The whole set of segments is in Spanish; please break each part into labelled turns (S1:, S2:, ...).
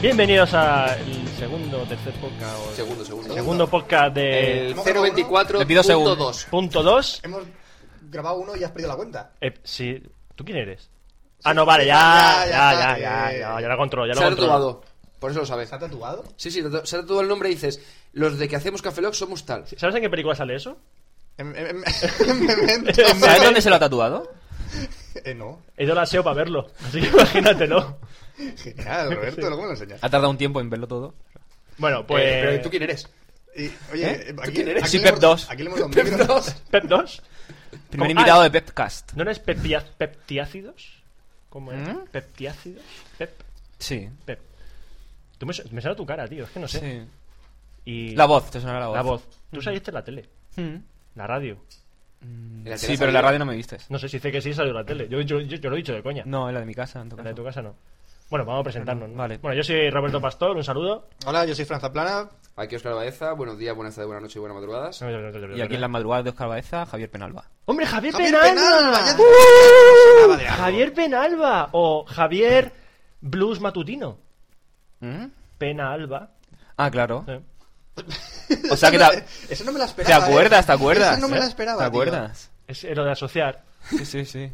S1: Bienvenidos al segundo, tercer podcast. o-
S2: Segundo, segundo.
S1: segundo podcast de.
S2: El 024.2.
S3: Le pido segundo.
S1: Punto 2.
S4: Hemos grabado uno y has perdido la cuenta.
S1: sí. ¿Tú quién eres? Ah, no, vale, ya, ya, ya, ya, ya,
S2: eh.
S1: ya, ya la controlo, ya
S2: Se ha
S1: la controlo.
S2: tatuado. Por eso lo sabes.
S4: ¿Se ha tatuado?
S2: Sí, sí, tatu- se ha tatuado el nombre y dices, los de que hacemos Café Lock somos tal.
S1: ¿Sabes en qué película sale eso?
S4: Em, em, em, Memento.
S3: ¿Sabes dónde se lo ha tatuado?
S4: Eh, no.
S1: He ido a la SEO para verlo, así que imagínatelo.
S4: Genial, Roberto, luego me lo enseñas.
S3: Ha tardado un tiempo en verlo todo.
S1: Bueno,
S2: Eh,
S1: pues.
S2: pero ¿tú quién eres?
S4: Y,
S3: ¿eh?
S4: oye, aquí,
S2: quién eres?
S4: aquí
S3: Sí,
S4: le
S3: Pep
S4: hemos-
S3: 2.
S4: Aquí le hemos dado un
S2: Pep
S4: micro.
S2: dos.
S1: ¿Pep 2?
S3: Primer
S1: Ah,
S3: invitado de Pepcast.
S1: ¿No eres peptia- peptiácidos? ¿Cómo era?
S3: ¿Mm?
S1: ¿Peptiácidos? Pep.
S3: Sí.
S1: Pep. Tú me, su- me suena tu cara, tío, es que no sé.
S3: sí.
S1: Y
S3: La voz, te suena la voz.
S1: La voz. Tú saliste en la tele,
S3: Mm.
S1: la radio.
S2: la
S3: Sí,
S2: tele
S3: pero en la
S2: salió.
S3: radio no me vistes.
S1: No sé si dice que sí salió en la tele. Yo, yo, yo- yo lo he dicho de coña.
S3: No, en la de mi casa. en tu
S1: La de
S3: caso.
S1: tu casa no. Bueno, vamos a presentarnos. ¿no?
S3: Vale.
S1: Bueno, yo soy Roberto Pastor, un saludo.
S4: Hola, yo soy Franza Plana.
S2: Aquí Oscar Baeza, buenos días, buenas tardes, buenas noches y buenas madrugadas.
S3: Y aquí en las madrugadas de Oscar Baeza, Javier Penalba.
S1: ¡Hombre, Javier,
S4: ¡Javier
S1: Penalba! ¡Uh!
S4: Penalba! Ya- Me sonaba de algo.
S1: Javier Penalba o Javier Blues Matutino.
S3: ¿Mm?
S1: Penalba.
S3: Ah, claro.
S1: Eh.
S3: O sea que
S4: No,
S3: ta-
S4: eh, Eso no me la
S3: te
S4: esperaba.
S3: acuerdas,
S4: eh.
S3: te acuerdas.
S4: Eso no me
S3: ¿eh?
S4: la esperaba.
S3: ¿Te
S4: tío.
S3: acuerdas?
S1: Es lo de asociar.
S3: Sí, sí, sí.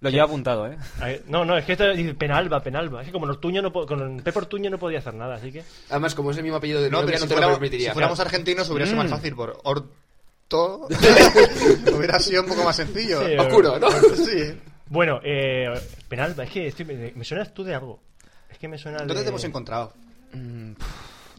S3: Lo llevo apuntado, ¿eh?
S1: A ver, No, no, es que esto dice Penalba, Penalba. Es que como Ortuño no po- con Pepe Ortuño no podía hacer nada, así que.
S2: Además, como es el mismo apellido de
S4: No,
S2: novia,
S4: pero
S2: no
S4: si,
S2: te lo ¿eh?
S4: fuéramos,
S2: permitiría.
S4: si fuéramos
S2: Claro.
S4: argentinos hubiera
S3: Mm.
S4: sido más fácil. Por orto hubiera sido un poco más sencillo.
S1: Sí.
S2: Oscuro, ¿no?
S4: Sí.
S1: Bueno, eh, Penalba, es que estoy- me, me suenas tú de algo. Es que me suena.
S4: ¿Dónde
S1: de-
S4: te hemos encontrado?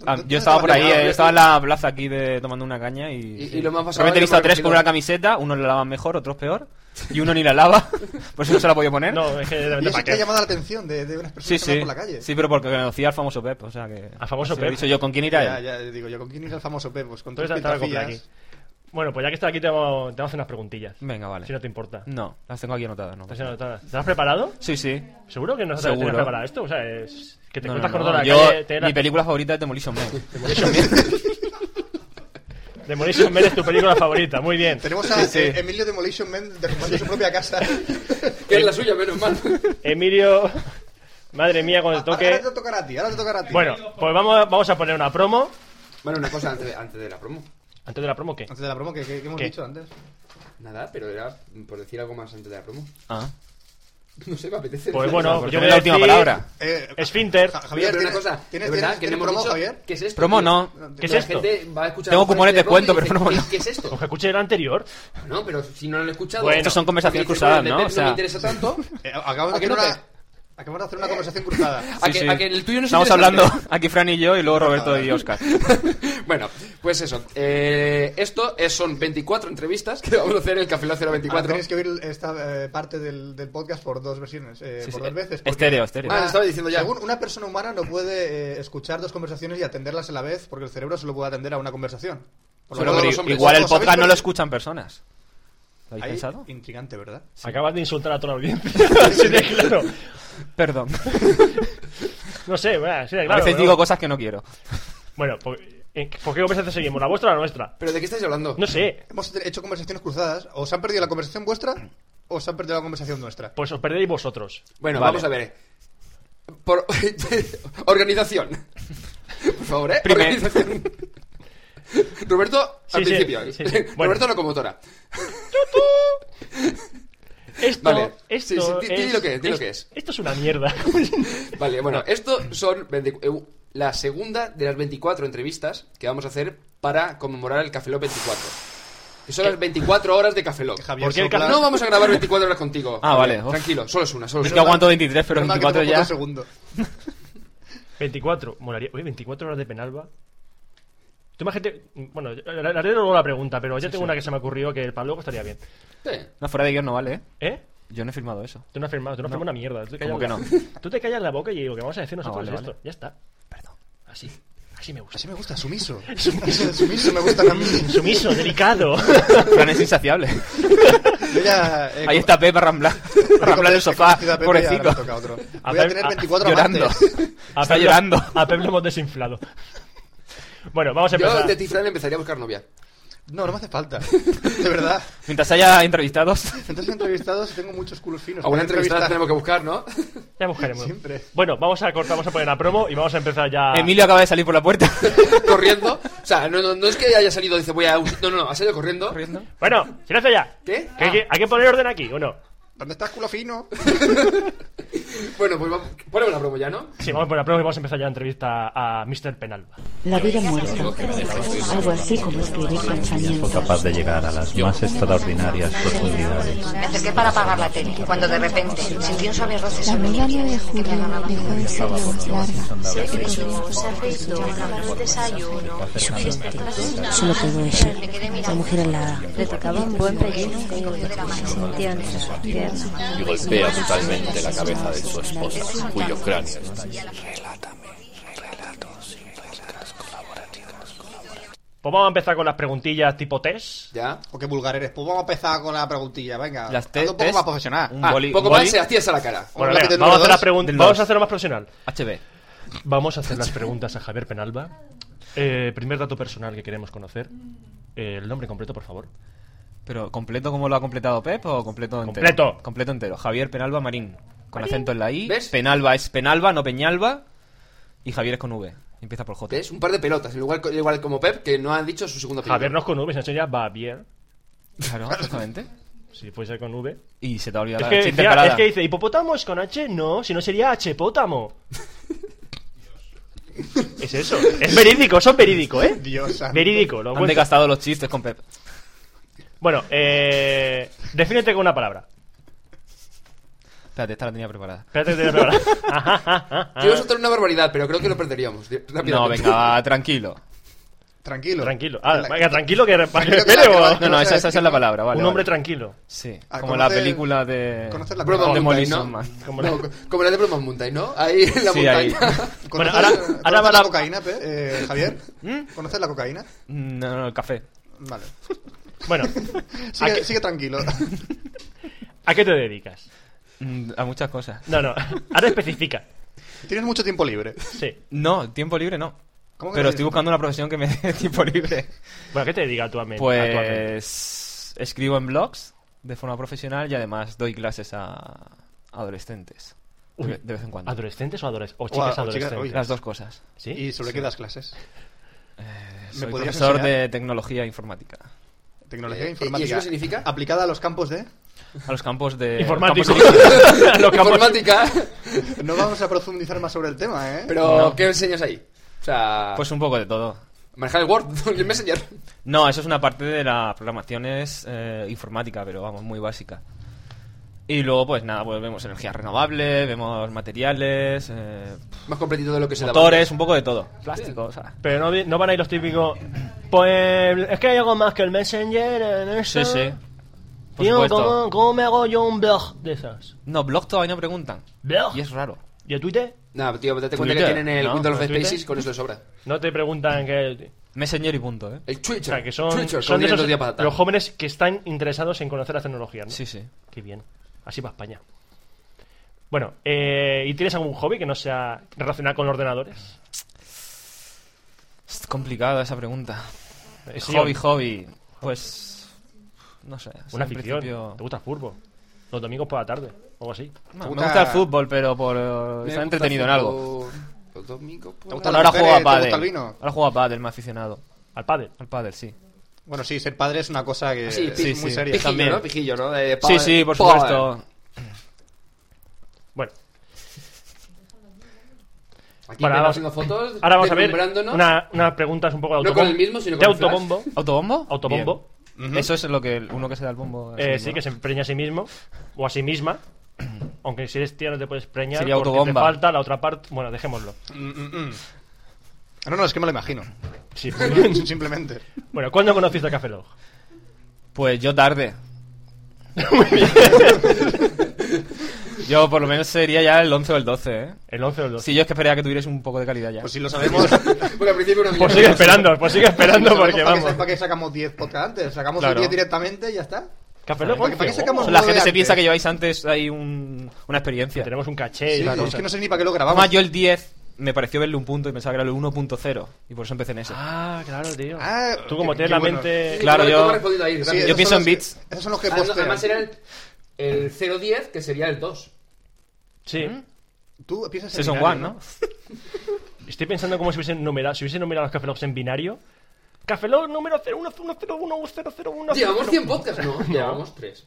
S3: Ah,
S4: ¿Dónde
S3: yo estaba
S4: te
S3: por
S4: vas
S3: ahí,
S4: a-
S3: eh, yo estaba en la plaza aquí de, tomando una caña y.
S2: Y- y lo más pasado
S3: Realmente he
S2: es que
S3: visto a
S2: me
S3: tres con
S2: refiero-
S3: una camiseta, uno la lavan mejor, otros peor, y uno ni la lava, por eso no se la podía poner.
S1: No, es que de
S4: Y
S1: repente
S4: eso
S1: para
S4: te ha
S1: qué.
S4: llamado la atención de, de unas
S3: Sí,
S4: personas que
S3: sí.
S4: van por la calle.
S3: Sí, pero porque conocía al famoso Pep, o sea que.
S1: Al famoso
S3: así lo he
S1: Pep.
S3: dicho yo, ¿con quién irá
S4: Ya,
S3: él?
S4: ya, digo yo, ¿con quién es el famoso Pep? Pues con tres
S1: Entonces, estaba con
S4: pitafillas.
S1: Blacky. Bueno, pues ya que estás aquí, te vamos, te vamos a hacer unas preguntillas.
S3: Venga, vale. Mm.
S1: Si no te importa.
S3: No, las tengo aquí anotadas, ¿no?
S1: Estás anotando. ¿Te has preparado?
S3: Sí, sí.
S1: ¿Seguro que no te has
S3: Seguro.
S1: preparado esto? O sea, es que te
S3: No,
S1: cuentas
S3: no,
S1: con
S3: no.
S1: toda la
S3: Yo-
S1: calle, te la-
S3: Mi película favorita es Demolition Man.
S1: Demolition Man es tu película favorita. Muy bien.
S4: Tenemos a eh, Emilio Demolition Man derrumbando su propia casa.
S2: Que es la suya, menos mal.
S1: Emilio... Madre mía, con el
S4: Ahora
S1: toque...
S4: te tocará a ti, ahora te tocará a ti.
S1: Bueno, pues vamos, a- vamos a poner una promo.
S2: bueno, una cosa antes de, antes de la promo.
S1: ¿Antes de la promo qué?
S4: Antes de la promo, ¿qué, qué- qué hemos
S1: ¿Qué?
S4: dicho antes?
S2: Nada, pero era por decir algo más antes de la promo.
S3: Ah.
S2: No sé, me apetece.
S1: Pues bueno,
S3: Bueno, pues
S1: yo
S3: tenés
S1: voy a
S3: la última
S1: decir-
S3: palabra.
S4: Eh,
S1: Esfínter.
S4: Ja- Javier,
S2: Javier, pero una
S4: ¿tienes-
S2: cosa.
S4: ¿tienes,
S2: de verdad,
S4: tienes-
S2: que no
S4: tienes
S2: hemos
S4: promo,
S2: dicho-
S4: Javier?
S2: ¿Qué es esto?
S3: Promo
S2: tío?
S3: no.
S1: ¿Qué es
S2: La
S1: esto?
S2: gente va a escuchar
S3: Tengo
S2: un
S3: cupones
S2: podcast
S3: de cuento,
S2: promo y dice,
S3: pero no, no.
S2: ¿Qué, qué es esto?
S1: Os escuché el anterior.
S2: No, pero si no lo han escuchado.
S1: Bueno.
S3: Estas son conversaciones
S2: Porque dice,
S3: cruzadas,
S2: "Bueno,
S3: ¿no?
S2: depende,
S3: O sea,
S2: me interesa tanto.
S4: Eh, acabamos,
S2: ¿A
S4: de
S2: que
S4: hacer
S2: no
S4: una,
S2: te-
S4: acabamos de hacer una conversación cruzada.
S2: A
S3: Sí,
S2: que,
S3: sí.
S2: a que el tuyo no es
S3: Estamos
S2: interesante.
S3: hablando aquí Fran y yo y luego Roberto y Oscar.
S2: bueno, pues eso. Eh, esto es- son 24 entrevistas que vamos a hacer en el Café Lock
S4: Ahora
S2: 024.
S4: Tenéis que oír esta eh, parte del, del podcast por dos versiones, eh,
S3: Sí,
S4: por
S3: sí.
S4: dos veces. porque
S3: Estéreo, estéreo.
S2: Ah, lo estaba diciendo ya.
S4: Según una persona humana no puede eh, escuchar dos conversaciones y atenderlas a la vez porque el cerebro solo puede atender a una conversación. Por lo
S2: Pero-
S4: tanto,
S2: pero
S4: los hombres-
S3: igual el
S4: ¿os habéis
S3: podcast no lo
S4: perdi-
S3: escuchan personas. ¿Lo habéis
S4: Ahí,
S3: pensado?
S4: Intrigante, ¿verdad?
S1: Acabas de insultar a toda la audiencia. Así de claro.
S3: Perdón.
S1: No sé, bueno, así de
S3: A
S1: claro.
S3: veces
S1: pero-
S3: digo cosas que no quiero.
S1: Bueno, ¿por en- por qué conversación seguimos? ¿La vuestra o la nuestra?
S2: ¿Pero de qué estáis hablando?
S1: No sé.
S4: Hemos te- hecho conversaciones cruzadas. ¿Os han perdido la conversación vuestra o os han perdido la conversación nuestra?
S1: Pues os perdéis vosotros.
S2: Bueno,
S3: Vale.
S2: vamos a ver. Por... Organización. Por favor, ¿eh?
S3: Primer-
S2: Organización. Roberto, al
S1: Sí, sí,
S2: principio.
S1: sí, sí. Bueno.
S2: Roberto, locomotora.
S1: Esto,
S2: Vale.
S1: esto
S2: Sí, sí, di- di
S1: es,
S2: lo que es, di lo que es.
S1: Esto es una mierda.
S2: Vale, bueno, esto son 20 eh, la segunda de las 24 entrevistas que vamos a hacer para conmemorar el Café Lock 24. Que
S3: Eh.
S2: son las 24 horas de Café Lock.
S4: Eh, Javier
S1: ¿por qué el
S4: sopla-
S1: ca-
S2: No vamos a grabar 24 horas contigo.
S3: Ah, vale. Uf.
S2: Tranquilo, solo es una, solo es
S3: Es que
S2: una.
S3: aguanto 23, pero
S4: Menos mal que
S3: 24
S4: tengo
S3: ya.
S4: otro segundo.
S1: 24, molaría. Oye, 24 horas de Penalba. Tú imagínate, bueno, le haré luego la pregunta, pero ya tengo una que se me ocurrió que para luego estaría bien.
S2: Sí.
S3: No, fuera de guión no vale, ¿eh?
S1: ¿eh?
S3: Yo no he firmado eso.
S1: Tú no has firmado, tú no has
S3: No.
S1: firmado una mierda. Tú te
S3: ¿Cómo
S1: callas
S3: que
S1: la- Tú te callas la boca y lo que vamos a
S2: Ah,
S1: decir nosotros
S3: vale,
S1: es
S3: vale.
S1: esto. Ya está.
S3: Perdón.
S1: Así. Así me gusta.
S4: Así me gusta, sumiso. Sumiso, sumiso me gusta también.
S1: Sumiso, delicado.
S3: Fran es insaciable.
S4: Yo ya, eh,
S3: Ahí está Pepe Rambla. Rambla en el sofá, pobrecito.
S1: A
S4: Voy a
S1: ver,
S4: tener
S1: a-
S4: 24
S3: Llorando.
S4: amantes.
S3: Está
S1: Pep lo-
S3: llorando.
S1: A Pep lo hemos desinflado. Bueno, vamos a
S2: Yo
S1: empezar.
S2: de Tifran empezaría a buscar novia.
S4: No, no me hace falta. De verdad.
S3: Mientras haya entrevistados.
S4: Entonces, entrevistados, tengo muchos culos finos.
S2: Alguna
S4: Voy a entrevistar-
S2: entrevistada tenemos que buscar, ¿no?
S1: Ya buscaremos.
S4: Siempre.
S1: Bueno, vamos a cortar, vamos a poner la promo y vamos a empezar ya.
S3: Emilio acaba de salir por la puerta.
S2: corriendo. O sea, no, no, no es que haya salido, dice, voy a... un- No, no, no, ha salido corriendo.
S3: Corriendo.
S1: Bueno, silencio ya.
S2: ¿Qué?
S1: Que hay que- hay que poner orden aquí, ¿o no?
S4: ¿Dónde estás, culo fino?
S2: Bueno, pues vamos- ponemos la promo ya, ¿no?
S1: Sí, vamos a poner la promo y vamos a empezar ya la entrevista a Mr. Penalba.
S5: La vida muerta. Algo así como escribir
S6: fue
S5: pensamientos.
S6: capaz de llegar a las más extraordinarias profundidades.
S7: Me acerqué para apagar la tele, cuando de repente sentí un suave roce
S8: La
S7: sobre
S8: mañana
S7: mí.
S8: de julio dejó de ser la más larga.
S5: Solo quedó ella,
S7: Me quedé
S5: la
S7: mirando.
S5: mujer helada.
S7: Le tocaba un buen pellizco y cogió de la
S5: Se
S7: mano.
S5: sentía entre sus piernas.
S9: y golpea brutalmente la cabeza de su esposa, cuyo cráneo está
S1: Pues vamos a empezar con las preguntillas tipo test.
S2: Ya.
S4: O qué vulgar eres. Pues vamos a empezar con la preguntilla, venga.
S3: Las
S4: Hazlo Ah, un poco
S3: test-
S4: más profesional.
S3: un
S2: Ah,
S3: boli-
S2: poco
S3: un boli.
S2: más Sebastián a la cara.
S1: Bueno,
S4: Hola,
S1: venga,
S4: Pepe, número
S1: vamos a hacer
S4: dos.
S1: la pregunta.
S3: Del
S1: Vamos
S3: dos.
S1: a hacerlo más profesional.
S3: HB.
S1: Vamos a hacer las preguntas a Javier Penalba. Eh, primer dato personal que queremos conocer. Eh, el nombre completo, por favor.
S3: Pero completo como lo ha completado Pep o completo entero?
S1: Completo.
S3: Completo entero. Javier Penalba Marín. Con acento en la I.
S2: ¿Ves?
S3: Penalba es Penalba, no Peñalba. Y Javier es con V. Empieza por J.
S2: ¿Ves? Un par de pelotas, en lugar, igual como Pep, que no han dicho su segundo apellido.
S1: Javier no es con V, se enseña Bavier.
S3: Claro, exactamente.
S1: Si fuese con V.
S3: Y se te ha olvidado
S1: Es
S3: la
S1: que,
S3: siguiente
S1: decía-
S3: parada.
S1: es que dice, ¿hipopótamo es con H? No, si no sería Hpótamo. es eso. Es verídico, eso es verídico, ¿eh?
S4: Dios santo.
S1: Verídico, lo
S3: Han
S1: cuento.
S3: desgastado los chistes con Pep.
S1: Bueno, eh, defínete con una palabra.
S3: Espérate, esta la tenía preparada.
S1: Espérate que te voy a preparar. Ajá, ajá, ajá.
S2: Quiero soltar una barbaridad, pero creo que lo perderíamos. di- Rápidamente.
S3: No, venga, va, tranquilo.
S4: Tranquilo.
S1: Tranquilo. Ah,
S4: La-
S1: venga, tranquilo que... para que
S4: Tranquilo que
S1: espere,
S4: la-
S1: o-
S4: que la-
S3: No, no, esa, esa es la palabra, vale.
S1: un hombre
S3: vale.
S1: tranquilo.
S3: Sí,
S4: Ah,
S3: como la
S4: ¿conoces-
S3: película de.
S4: ¿Conoces la
S2: Broma
S4: broma?
S3: de
S2: Mountain,
S3: Molison
S2: ¿no?
S3: Man.
S1: Como la-
S2: No, como la de Bromos Mountain, ¿no? Ahí en la
S3: Sí, ahí.
S2: montaña.
S4: ¿Conoces,
S1: Bueno, ahora-
S4: ¿conoces
S1: ahora ¿Mm? va
S4: la
S1: la-
S4: cocaína, Pe- eh, Javier? ¿Conoces la cocaína?
S3: Mm, No, no, el café.
S4: Vale.
S1: Bueno, ¿a
S4: Sigue,
S1: qué,
S4: sigue tranquilo.
S1: a qué te dedicas?
S3: Mm, A muchas cosas.
S1: No, no, ahora especifica.
S4: Tienes mucho tiempo libre.
S1: Sí.
S3: No, tiempo libre no.
S4: ¿Cómo que
S3: Pero
S4: no
S3: estoy
S4: tienes
S3: buscando una profesión que me dé tiempo libre.
S1: Bueno, ¿a qué te dedicas actualmente? actualmente?
S3: Pues. Escribo en blogs de forma profesional y además doy clases a adolescentes.
S1: Uy.
S3: De- de vez en cuando.
S1: ¿Adolescentes o, adoles- o chicas
S4: a- o chicas,
S1: adolescentes?
S4: oye.
S3: Las dos cosas.
S1: ¿Sí?
S4: ¿Y sobre qué das clases?
S3: Soy
S4: podrías
S3: profesor
S4: enseñar?
S3: de tecnología e informática.
S4: Tecnología
S2: Eh,
S4: e informática.
S2: ¿y eso qué significa?
S4: Aplicada a los campos de...
S3: A los campos de.
S1: Informático.
S3: campos de-
S1: A los campos-
S2: Informática.
S4: No vamos a profundizar más sobre el tema, ¿eh?
S2: Pero,
S3: No.
S2: ¿qué enseñas ahí? O sea,
S3: Pues un poco de todo.
S2: manejar el Word, el Messenger.
S3: No, eso es una parte de la programación es eh, informática, pero vamos, muy básica. Y luego, pues nada, pues vemos energías renovables, vemos materiales, eh,
S2: Más completito de lo que se da.
S3: motores, un poco de todo. Plástico, o sea.
S1: Pero no, vi- no van a ir los típicos... Pues es que hay algo más que el Messenger en eso.
S3: Sí, sí. Por
S1: Tío,
S3: supuesto.
S1: ¿cómo, cómo me hago yo un blog de esas?
S3: No, blog todavía no preguntan.
S1: ¿Blog?
S3: Y es raro.
S1: ¿Y a Twitter?
S2: Nada, tío, date cuenta que
S3: Twitter,
S2: tienen el
S3: ¿no?
S2: Windows of
S1: ¿Twitter?
S2: Spaces, con eso le sobra.
S1: No te preguntan que...
S3: Messenger y punto, ¿eh?
S2: El
S1: O
S2: Twitter.
S1: sea, que son,
S2: Twitter,
S1: son
S2: como
S1: de
S2: tienen
S1: esos-
S2: dos días para
S1: los jóvenes que están interesados en conocer las tecnologías, ¿no?
S3: Sí, sí.
S1: Qué bien. Así va España. Bueno, eh, ¿y tienes algún hobby que no sea relacionado con ordenadores?
S3: Es complicada esa pregunta.
S1: Eh, sí,
S3: hobby,
S1: o-
S3: hobby. Pues. No sé. o sea,
S1: Una
S3: en
S1: afición.
S3: principio-
S1: ¿Te gusta el fútbol? Los domingos por la tarde, o algo así.
S3: No, me
S4: gusta-
S3: gusta el fútbol, pero por. eh, Estar entretenido en algo.
S2: Los domingos, pues,
S4: ¿Te gusta
S3: Bueno, ahora
S4: las mujeres?
S3: juego a
S4: ¿Te gusta
S3: pádel.
S4: el vino?
S3: Ahora juego a pádel, más aficionado.
S1: Al pádel.
S3: Al pádel, sí.
S4: Bueno, sí, ser padre es una cosa que
S2: Sí,
S4: es
S2: Eh, sí,
S4: muy
S3: sí.
S4: seria.
S2: Pijillo,
S3: también.
S2: ¿no? Pijillo, ¿no? De
S3: Sí,
S2: power.
S3: sí, por
S2: Power.
S3: supuesto.
S1: Bueno,
S2: Aquí
S1: Bueno,
S2: Pepe
S1: ahora-
S2: haciendo fotos,
S1: ahora vamos a ver
S2: deslumbrándonos.
S1: una- unas preguntas un poco de
S2: No
S1: autobombo.
S2: con el mismo, sino
S1: de
S2: con el flash.
S1: autobombo.
S3: ¿Autobombo?
S1: Autobombo.
S3: Bien. Eso es lo que el- uno que se da el bombo. a sí
S1: Eh,
S3: mismo,
S1: sí,
S3: ¿no?
S1: que se empreña a sí mismo o a sí misma. Aunque si eres tía no te puedes preñar
S3: Sería
S1: porque te
S3: autobomba.
S4: Mm.
S1: falta la otra parte. Bueno, dejémoslo.
S4: No, no, es que me lo imagino.
S1: Sí.
S4: Simplemente.
S1: bueno, ¿cuándo conociste a Café Log?
S3: Pues yo tarde. yo por lo menos sería ya el 11 o el 12, ¿eh?
S1: El 11 o el 12.
S3: Sí, yo es que esperaba que tuvierais un poco de calidad ya.
S4: Pues si lo sabemos.
S2: Porque al principio no
S1: Pues sigue esperando, pues sigue esperando porque vamos.
S4: ¿Para qué sacamos 10 podcasts antes? Sacamos
S3: Claro.
S4: el 10 directamente y ya está.
S1: Café Lock,
S4: ¿Para qué- para qué
S1: once,
S4: sacamos
S1: oh,
S3: la
S4: uno de
S3: gente se
S4: antes?
S3: piensa que lleváis antes ahí un- una experiencia.
S1: Tenemos un caché y
S4: Sí,
S1: la
S4: es
S1: cosa.
S4: que no sé ni para qué lo grabamos.
S3: Además, yo el 10 me pareció verle un punto y pensaba que era el 1.0 y por eso empecé en ese.
S1: Ah, claro, tío.
S4: Ah,
S1: Tú como
S4: qué-
S1: tienes
S4: qué
S1: la
S4: bueno.
S1: mente...
S3: Claro, yo-
S4: Sí,
S3: yo
S4: esos son
S3: pienso
S4: los
S3: en
S4: que-
S3: bits.
S4: Esos son los que postean.
S2: Además era el, el 010, que sería el 2.
S1: Sí.
S4: ¿Mm? Tú piensas en
S3: Season
S4: binario,
S3: 1, ¿no?
S1: Estoy pensando como si hubiesen numerado, si hubiesen numerado los Café Logs en binario. Café Log número 01101001.
S2: Llevamos 100 podcasts, no. Llevamos 3.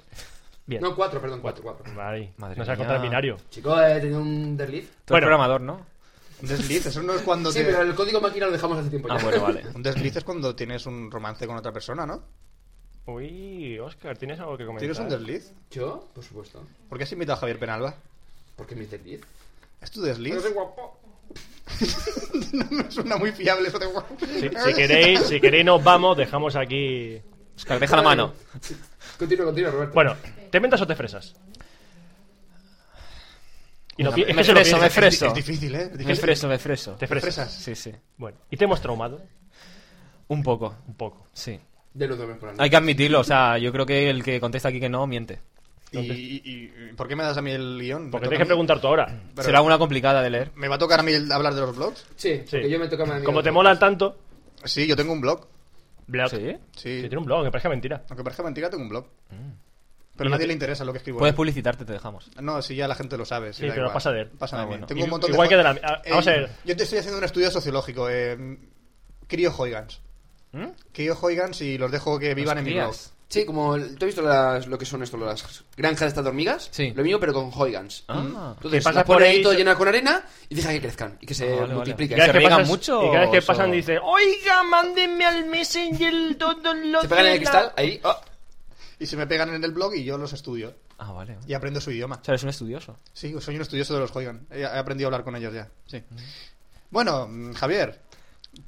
S1: Bien.
S2: No, 4, perdón, 4, 4.
S1: Vale,
S3: Madre
S1: no se ha
S3: mía.
S1: contado en binario.
S2: Chico, he tenido un desliz.
S3: Tú eres
S1: Bueno.
S3: programador, ¿no?
S4: Desliz, eso no es cuando
S2: Sí,
S4: te-
S2: pero el código máquina lo dejamos hace tiempo ya.
S3: Ah, bueno, vale.
S4: Un desliz es cuando tienes un romance con otra persona, ¿no?
S1: Uy, Oscar, ¿tienes algo que comentar?
S4: ¿Tienes un desliz?
S2: Yo, por supuesto.
S4: ¿Por qué has invitado a Javier Penalba?
S2: Porque mi desliz.
S4: ¿Es tu desliz?
S2: Pero soy guapo.
S4: No suena muy fiable eso de guau.
S1: Si, si queréis, si queréis nos vamos, dejamos aquí...
S3: Oscar, deja la mano.
S2: Continúa, continúa, Roberto.
S1: Bueno, ¿te mentas o te fresas? Y lo pi- es
S3: me
S1: que se lo
S3: freso, me
S1: piensas.
S3: freso.
S4: Es difícil, ¿eh? Es
S3: Me
S4: difícil.
S3: freso, me freso.
S1: Te fresas.
S4: Fresas.
S3: Sí, sí.
S1: Bueno, ¿y te hemos traumado?
S3: Un poco,
S1: Un poco.
S3: sí.
S2: De los dos por la
S3: Hay
S2: noche.
S3: que admitirlo, o sea, yo creo que el que contesta aquí que no miente.
S4: ¿Y, y- y- por qué me das a mí el guión?
S1: Porque tienes que
S4: Me toca a mí.
S1: preguntar tú ahora.
S4: Pero-
S3: Será una complicada de leer.
S4: ¿Me va a tocar a mí el hablar de los blogs?
S2: Sí,
S1: Sí.
S2: porque yo me toca más.
S1: Como te molan tanto,
S4: Sí, yo tengo un blog.
S1: blog.
S3: ¿Sí?
S4: Sí.
S1: Sí, tiene un blog, que parezca mentira.
S4: Aunque parezca mentira, tengo un blog. Pero
S1: Mm. Y
S4: a
S1: no
S4: nadie
S1: te-
S4: le interesa lo que escribo.
S3: Puedes
S4: ahí.
S3: publicitarte, te dejamos.
S4: No, si ya la gente lo sabe.
S1: Sí,
S4: da
S1: pero
S4: igual.
S1: pasa de él.
S4: Pasa
S3: Ah,
S4: de mí.
S3: bueno.
S4: Tengo un
S1: I-
S4: montón de
S1: igual
S4: jo-
S1: que de la- a- vamos a ver.
S4: Yo te estoy haciendo un estudio sociológico. Eh, crío Huygens.
S1: ¿Mm?
S4: Crío Huygens y los dejo que vivan en mi blog.
S3: crías.
S2: Sí, como. el- ¿Tú has visto las- lo que son esto, las granjas estas de hormigas?
S3: Sí.
S2: Lo mismo, pero con Huygens.
S3: Ah.
S1: Te
S2: Entonces,
S1: pasas
S2: las
S1: por
S2: pone
S1: ahí
S2: ahí todo
S1: so-
S2: llena con arena y deja que crezcan y que se
S3: Ah, vale,
S2: multipliquen.
S3: vale.
S1: cada vez
S3: riegan
S1: pasas-
S3: mucho
S1: Y cada vez que
S3: o
S1: pasan
S3: eso?
S1: dice, oiga, mándenme al messenger el todo lo
S2: Se pegan en el
S1: que la-".
S2: cristal, ahí. oh.
S4: Y se me pegan en el blog y yo los estudio.
S3: Ah, vale. vale.
S4: Y aprendo su idioma.
S3: O sea, eres un estudioso.
S4: Sí, soy un estudioso de los Huygens. He he aprendido a hablar con ellos ya. Sí. Bueno, mm, Javier.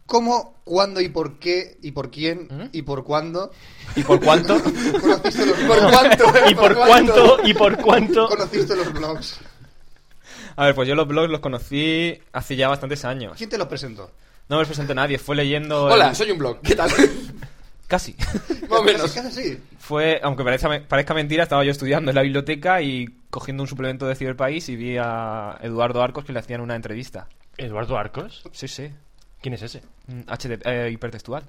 S4: ¿Cómo, cuándo y por qué y por quién y por cuándo
S3: ¿Y por cuánto?
S4: conociste los
S2: ¿Por
S4: blogs?
S2: cuánto?
S1: ¿Y por cuánto? ¿Y por cuánto?
S4: conociste los blogs?
S3: A ver, pues yo los blogs los conocí hace ya bastantes años.
S4: ¿Quién te los presentó?
S3: No me los presentó nadie, fue leyendo... el-
S2: Hola, soy un blog. ¿Qué tal?
S3: Casi.
S2: Más o menos.
S4: Casi, casi sí.
S3: Fue, aunque parezca, parezca mentira, estaba yo estudiando en la biblioteca y cogiendo un suplemento de Ciberpaís y vi a Eduardo Arcos que le hacían una entrevista.
S1: ¿Eduardo Arcos?
S3: Sí, sí.
S1: ¿Quién es ese?
S3: Mm, HTTP, eh, hipertextual.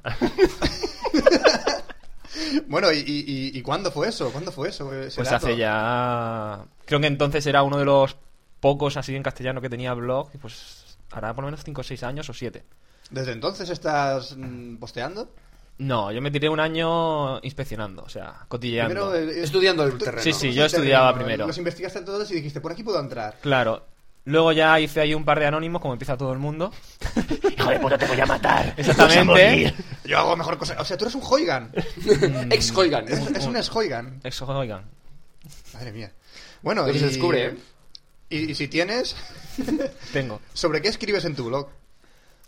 S4: Bueno, ¿y, y, y- y cuándo fue eso? ¿Cuándo fue eso? ese
S3: Pues
S4: dato?
S3: hace ya... Creo que entonces era uno de los pocos así en castellano que tenía blog y pues hará por lo menos 5 o 6 años o 7.
S4: ¿Desde entonces estás mm, posteando?
S3: No, yo me tiré un año inspeccionando, o sea, cotilleando.
S4: eh,
S2: Estudiando el
S4: tú-
S2: terreno.
S3: Sí, sí,
S4: el
S3: yo estudiaba
S4: terreno,
S3: primero.
S4: Los investigaste todos y dijiste, por aquí puedo entrar.
S3: Claro. Luego ya hice ahí un par de anónimos, como empieza todo el mundo.
S1: Hijo de puta, te voy a matar.
S3: Exactamente.
S4: Yo hago mejor cosa. O sea, tú eres un Hoigan.
S3: Mm.
S2: Ex Hoygan.
S4: Es, es un ex-Hoigan.
S3: Eso, oigan.
S4: Madre mía. Bueno,
S2: Lo que
S4: y,
S2: se descubre, ¿eh?
S4: y, y si tienes,
S3: Tengo.
S4: ¿sobre qué escribes en tu blog?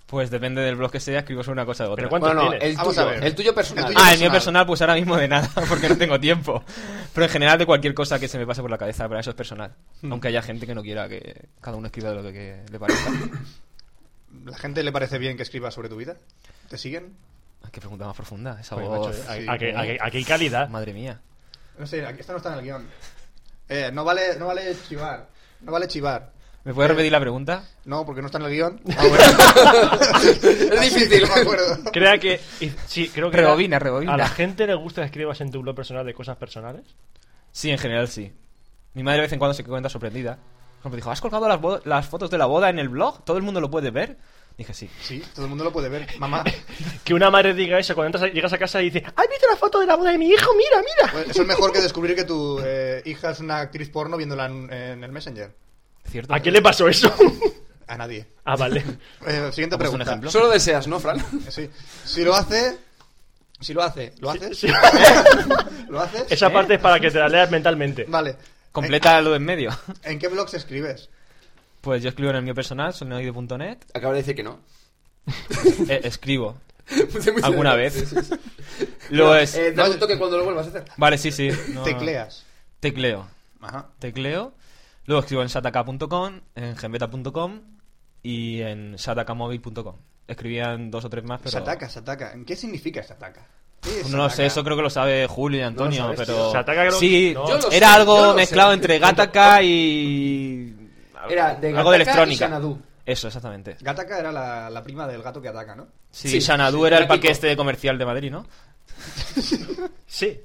S3: Pues depende del blog que sea, escribo sobre una cosa u otra.
S1: ¿Pero cuántos
S2: Bueno, no,
S1: tienes?
S2: el
S4: Vamos a
S2: tuyo,
S4: ver.
S2: el tuyo personal.
S4: El tuyo
S3: Ah, el mío personal, pues ahora mismo de nada, porque no tengo tiempo. Pero en general de cualquier cosa que se me pase por la cabeza, para eso es personal. Aunque haya gente que no quiera que cada uno escriba de lo que, que le parezca.
S4: ¿La gente le parece bien que escribas sobre tu vida? ¿Te siguen?
S3: Ay, Qué pregunta más profunda, esa
S4: Joder,
S3: voz.
S4: macho, eh.
S1: ¿A qué, a qué- a qué calidad?
S3: Madre mía.
S4: No sé, aquí- esto no está en el guión. Eh, no vale, no vale chivar. No vale chivar.
S3: ¿Me puedes repetir la pregunta?
S4: No, porque no está en el guión. Ah,
S2: Es difícil.
S4: No me acuerdo.
S1: Crea que. y- Sí, creo que.
S3: Rebobina,
S1: era-
S3: rebobina.
S1: ¿A la gente le gusta que escribas en tu blog personal de cosas personales?
S3: Sí, en general sí. Mi madre de vez en cuando se cuenta sorprendida. Por ejemplo, dijo, ¿has colgado las, bo- las fotos de la boda en el blog? ¿Todo el mundo lo puede ver? Dije, sí.
S4: Sí, todo el mundo lo puede ver. Mamá, pues,
S1: Que una madre diga eso cuando entras a- llegas a casa y dice: ¿Has visto la foto de la boda de mi hijo? Mira, mira.
S4: pues eso es mejor que descubrir que tu eh, hija es una actriz porno viéndola en, en el Messenger.
S3: ¿Cierto?
S1: ¿A quién le pasó eso?
S4: A nadie.
S1: ah, vale.
S4: Eh, siguiente
S3: ¿Ha puesto un
S4: pregunta.
S3: ejemplo?
S2: Solo deseas, ¿no, Fran?
S4: Sí. Si lo hace... Si lo hace, ¿lo haces?
S1: Sí.
S4: ¿Lo haces?
S1: Esa parte es para que te la leas mentalmente.
S4: Vale.
S3: Completa lo de en medio.
S4: ¿En, en qué blogs escribes?
S3: Pues yo escribo en el mío personal, sonoide.net.
S2: Acaba de decir que no.
S3: Eh, escribo. alguna vez. Lo es.
S2: Eh, dame un toque cuando lo vuelvas a hacer.
S3: Vale, sí, sí. no-
S4: Tecleas.
S3: Tecleo.
S4: Ajá.
S3: Tecleo. Luego escribo en sataka.com, en genbeta.com y en satakamóvil.com. Escribían dos o tres más, pero.
S4: Sataka, Sataka. ¿En ¿Qué significa Sataka? ¿Qué es
S3: No lo sé,
S4: Sataka?
S3: eso creo que lo sabe Julio y Antonio,
S4: sabes,
S3: pero.
S1: tío. Sataka creo-
S3: Sí,
S1: no. Yo
S2: lo
S3: era
S2: sé, yo
S3: algo
S2: lo
S3: mezclado
S2: sé.
S3: entre Gataka y.
S2: Era de
S3: algo
S2: Gattaca
S3: de
S2: y
S3: electrónica.
S2: Xanadu.
S3: Eso, exactamente.
S4: Gataka era la, la prima del gato que ataca, ¿no?
S3: Sí,
S2: Sí,
S3: Xanadu
S2: sí,
S3: era el
S2: Gattico.
S3: parque este comercial de Madrid, ¿no?
S1: Sí.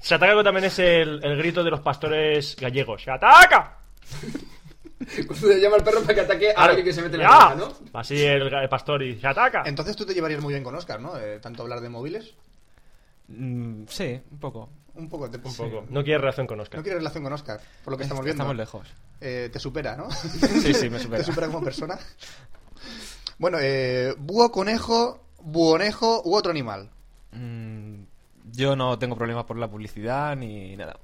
S1: Se ataca también es el, el grito de los pastores gallegos. ¡Se ataca!
S2: Cuando le llama al perro para que ataque a alguien que se mete en la
S1: ¡Ya!
S2: casa, ¿no?
S1: Así el, el pastor y se ataca.
S4: Entonces tú te llevarías muy bien con Oscar, ¿no? Eh, tanto hablar de móviles.
S3: Mm, sí, un poco.
S4: Un poco, te-
S1: Un poco. No quiere relación con Oscar.
S4: No quiere relación con Oscar, por lo que estamos
S3: Es-
S4: viendo.
S3: Estamos lejos.
S4: Eh, te supera, ¿no?
S3: Sí, sí, me supera.
S4: te supera como persona. Bueno, eh, búho, conejo, buonejo u otro animal.
S3: Mm, yo no tengo problemas por la publicidad ni nada.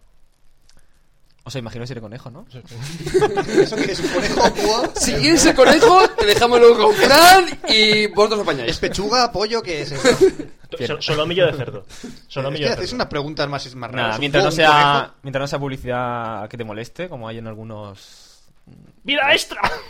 S3: O sea, imagino ser conejo, ¿no?
S4: ¿Eso que es un conejo, búho?
S2: Si quieres el conejo, te dejamos luego con Fran y vosotros
S4: ¿Es
S2: apañáis.
S4: pechuga, pollo? ¿Qué es eso?
S1: So- solomillo de cerdo. Solomillo de
S4: Es,
S1: cerdo.
S4: unas preguntas más, más raras.
S3: Nada,
S4: ¿Un
S3: mientras no,
S4: búho, un
S3: sea, mientras no sea publicidad que te moleste, como hay en algunos.
S1: ¡Vida extra!
S4: conejo?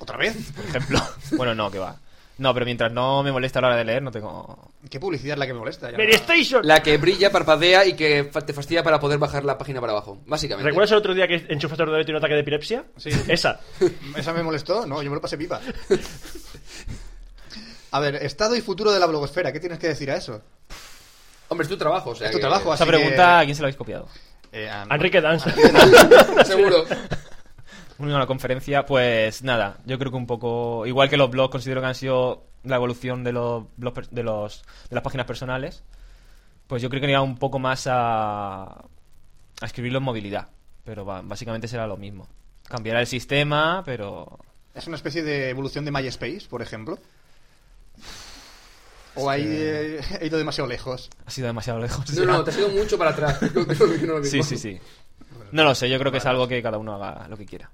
S4: ¿Otra vez?
S3: Por ejemplo. bueno, no, que va. No, pero mientras no me moleste a la hora de leer, no tengo.
S4: ¿Qué publicidad es la que me molesta? Ya
S1: ¡Mary
S4: no-
S1: Station!
S2: La que brilla, parpadea y que fa- te fastidia para poder bajar la página para abajo, básicamente.
S1: ¿Recuerdas el otro día que enchufaste el ordenador y tiene un ataque de epilepsia?
S4: Sí.
S1: Esa.
S4: ¿Esa me molestó? No, yo me lo pasé pipa. A ver, estado y futuro de la blogosfera, ¿qué tienes que decir a eso?
S2: Hombre, es tu trabajo, o sea.
S4: Es tu
S2: que-
S4: trabajo, así
S3: Esa pregunta, ¿a quién se la habéis copiado?
S4: que, eh, a-
S1: Enrique Danza.
S2: Seguro.
S3: Una la conferencia, pues nada, yo creo que un poco, igual que los blogs, considero que han sido la evolución de los blogs per- de los de las páginas personales, pues yo creo que iba un poco más a, a escribirlo en movilidad, pero ba- básicamente será lo mismo. Cambiará el sistema, pero
S4: ¿Es una especie de evolución de MySpace, por ejemplo? ¿O ahí eh, he ido demasiado lejos?
S3: ha sido demasiado lejos.
S2: No, no, te has ido mucho para atrás. Creo que no lo mismo.
S3: sí, sí, sí. No lo sé, yo creo que es algo que cada uno haga lo que quiera.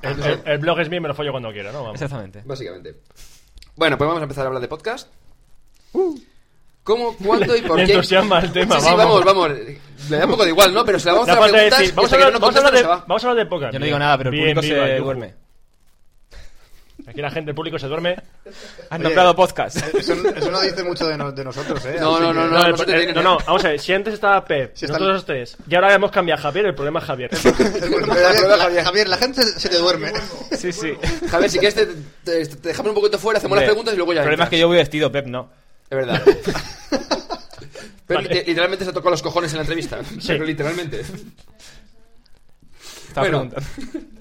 S1: El, el- el blog es mío y me lo follo cuando quiera, ¿no? Vamos.
S3: Exactamente.
S2: Básicamente. Bueno, pues vamos a empezar a hablar de podcast. ¿Cómo, cuándo y por
S1: Le
S2: qué?
S1: Uh. entusiasma el tema,
S2: Sí, sí,
S1: vamos.
S2: vamos, vamos. Le da un poco de igual, ¿no? Pero se la vamos a
S1: La
S2: hacer
S1: parte de
S2: preguntas
S1: decir,
S2: y
S1: vamos a
S2: hasta que
S1: hablar,
S2: no
S1: vamos a
S2: contesta,
S1: hablar
S2: no
S1: de,
S2: se va.
S1: vamos a hablar de poca.
S3: Yo no digo nada, pero el
S1: Bien,
S3: público
S1: viva,
S3: se
S1: yujú.
S3: duerme.
S1: Aquí la gente, el público se duerme.
S3: Han
S4: Oye,
S3: nombrado podcast.
S2: eh,
S4: Eso, eso no dice mucho de, no- de nosotros, ¿eh?
S2: No,
S4: Así
S2: no,
S4: que-
S2: no,
S1: No, el-
S2: se
S1: el-
S2: te tiene,
S1: no,
S2: ¿eh?
S1: no, vamos a ver. Si antes estaba Pep,
S4: Si está-
S1: nosotros los tres, y ahora hemos cambiado a Javier, el problema es Javier.
S4: El problema es Javier, la, Javier, la gente se te duerme.
S3: Sí, sí.
S2: Javier, si quieres, te, te- te dejamos un poquito fuera, hacemos las
S3: Hombre,
S2: preguntas y luego ya.
S3: El problema es
S2: entras.
S3: que yo voy vestido, Pep, no.
S2: Es verdad. Pero
S1: Vale.
S2: lite- literalmente se tocó los cojones en la entrevista. Pero literalmente.
S3: Estaba
S2: Bueno.
S3: preguntando.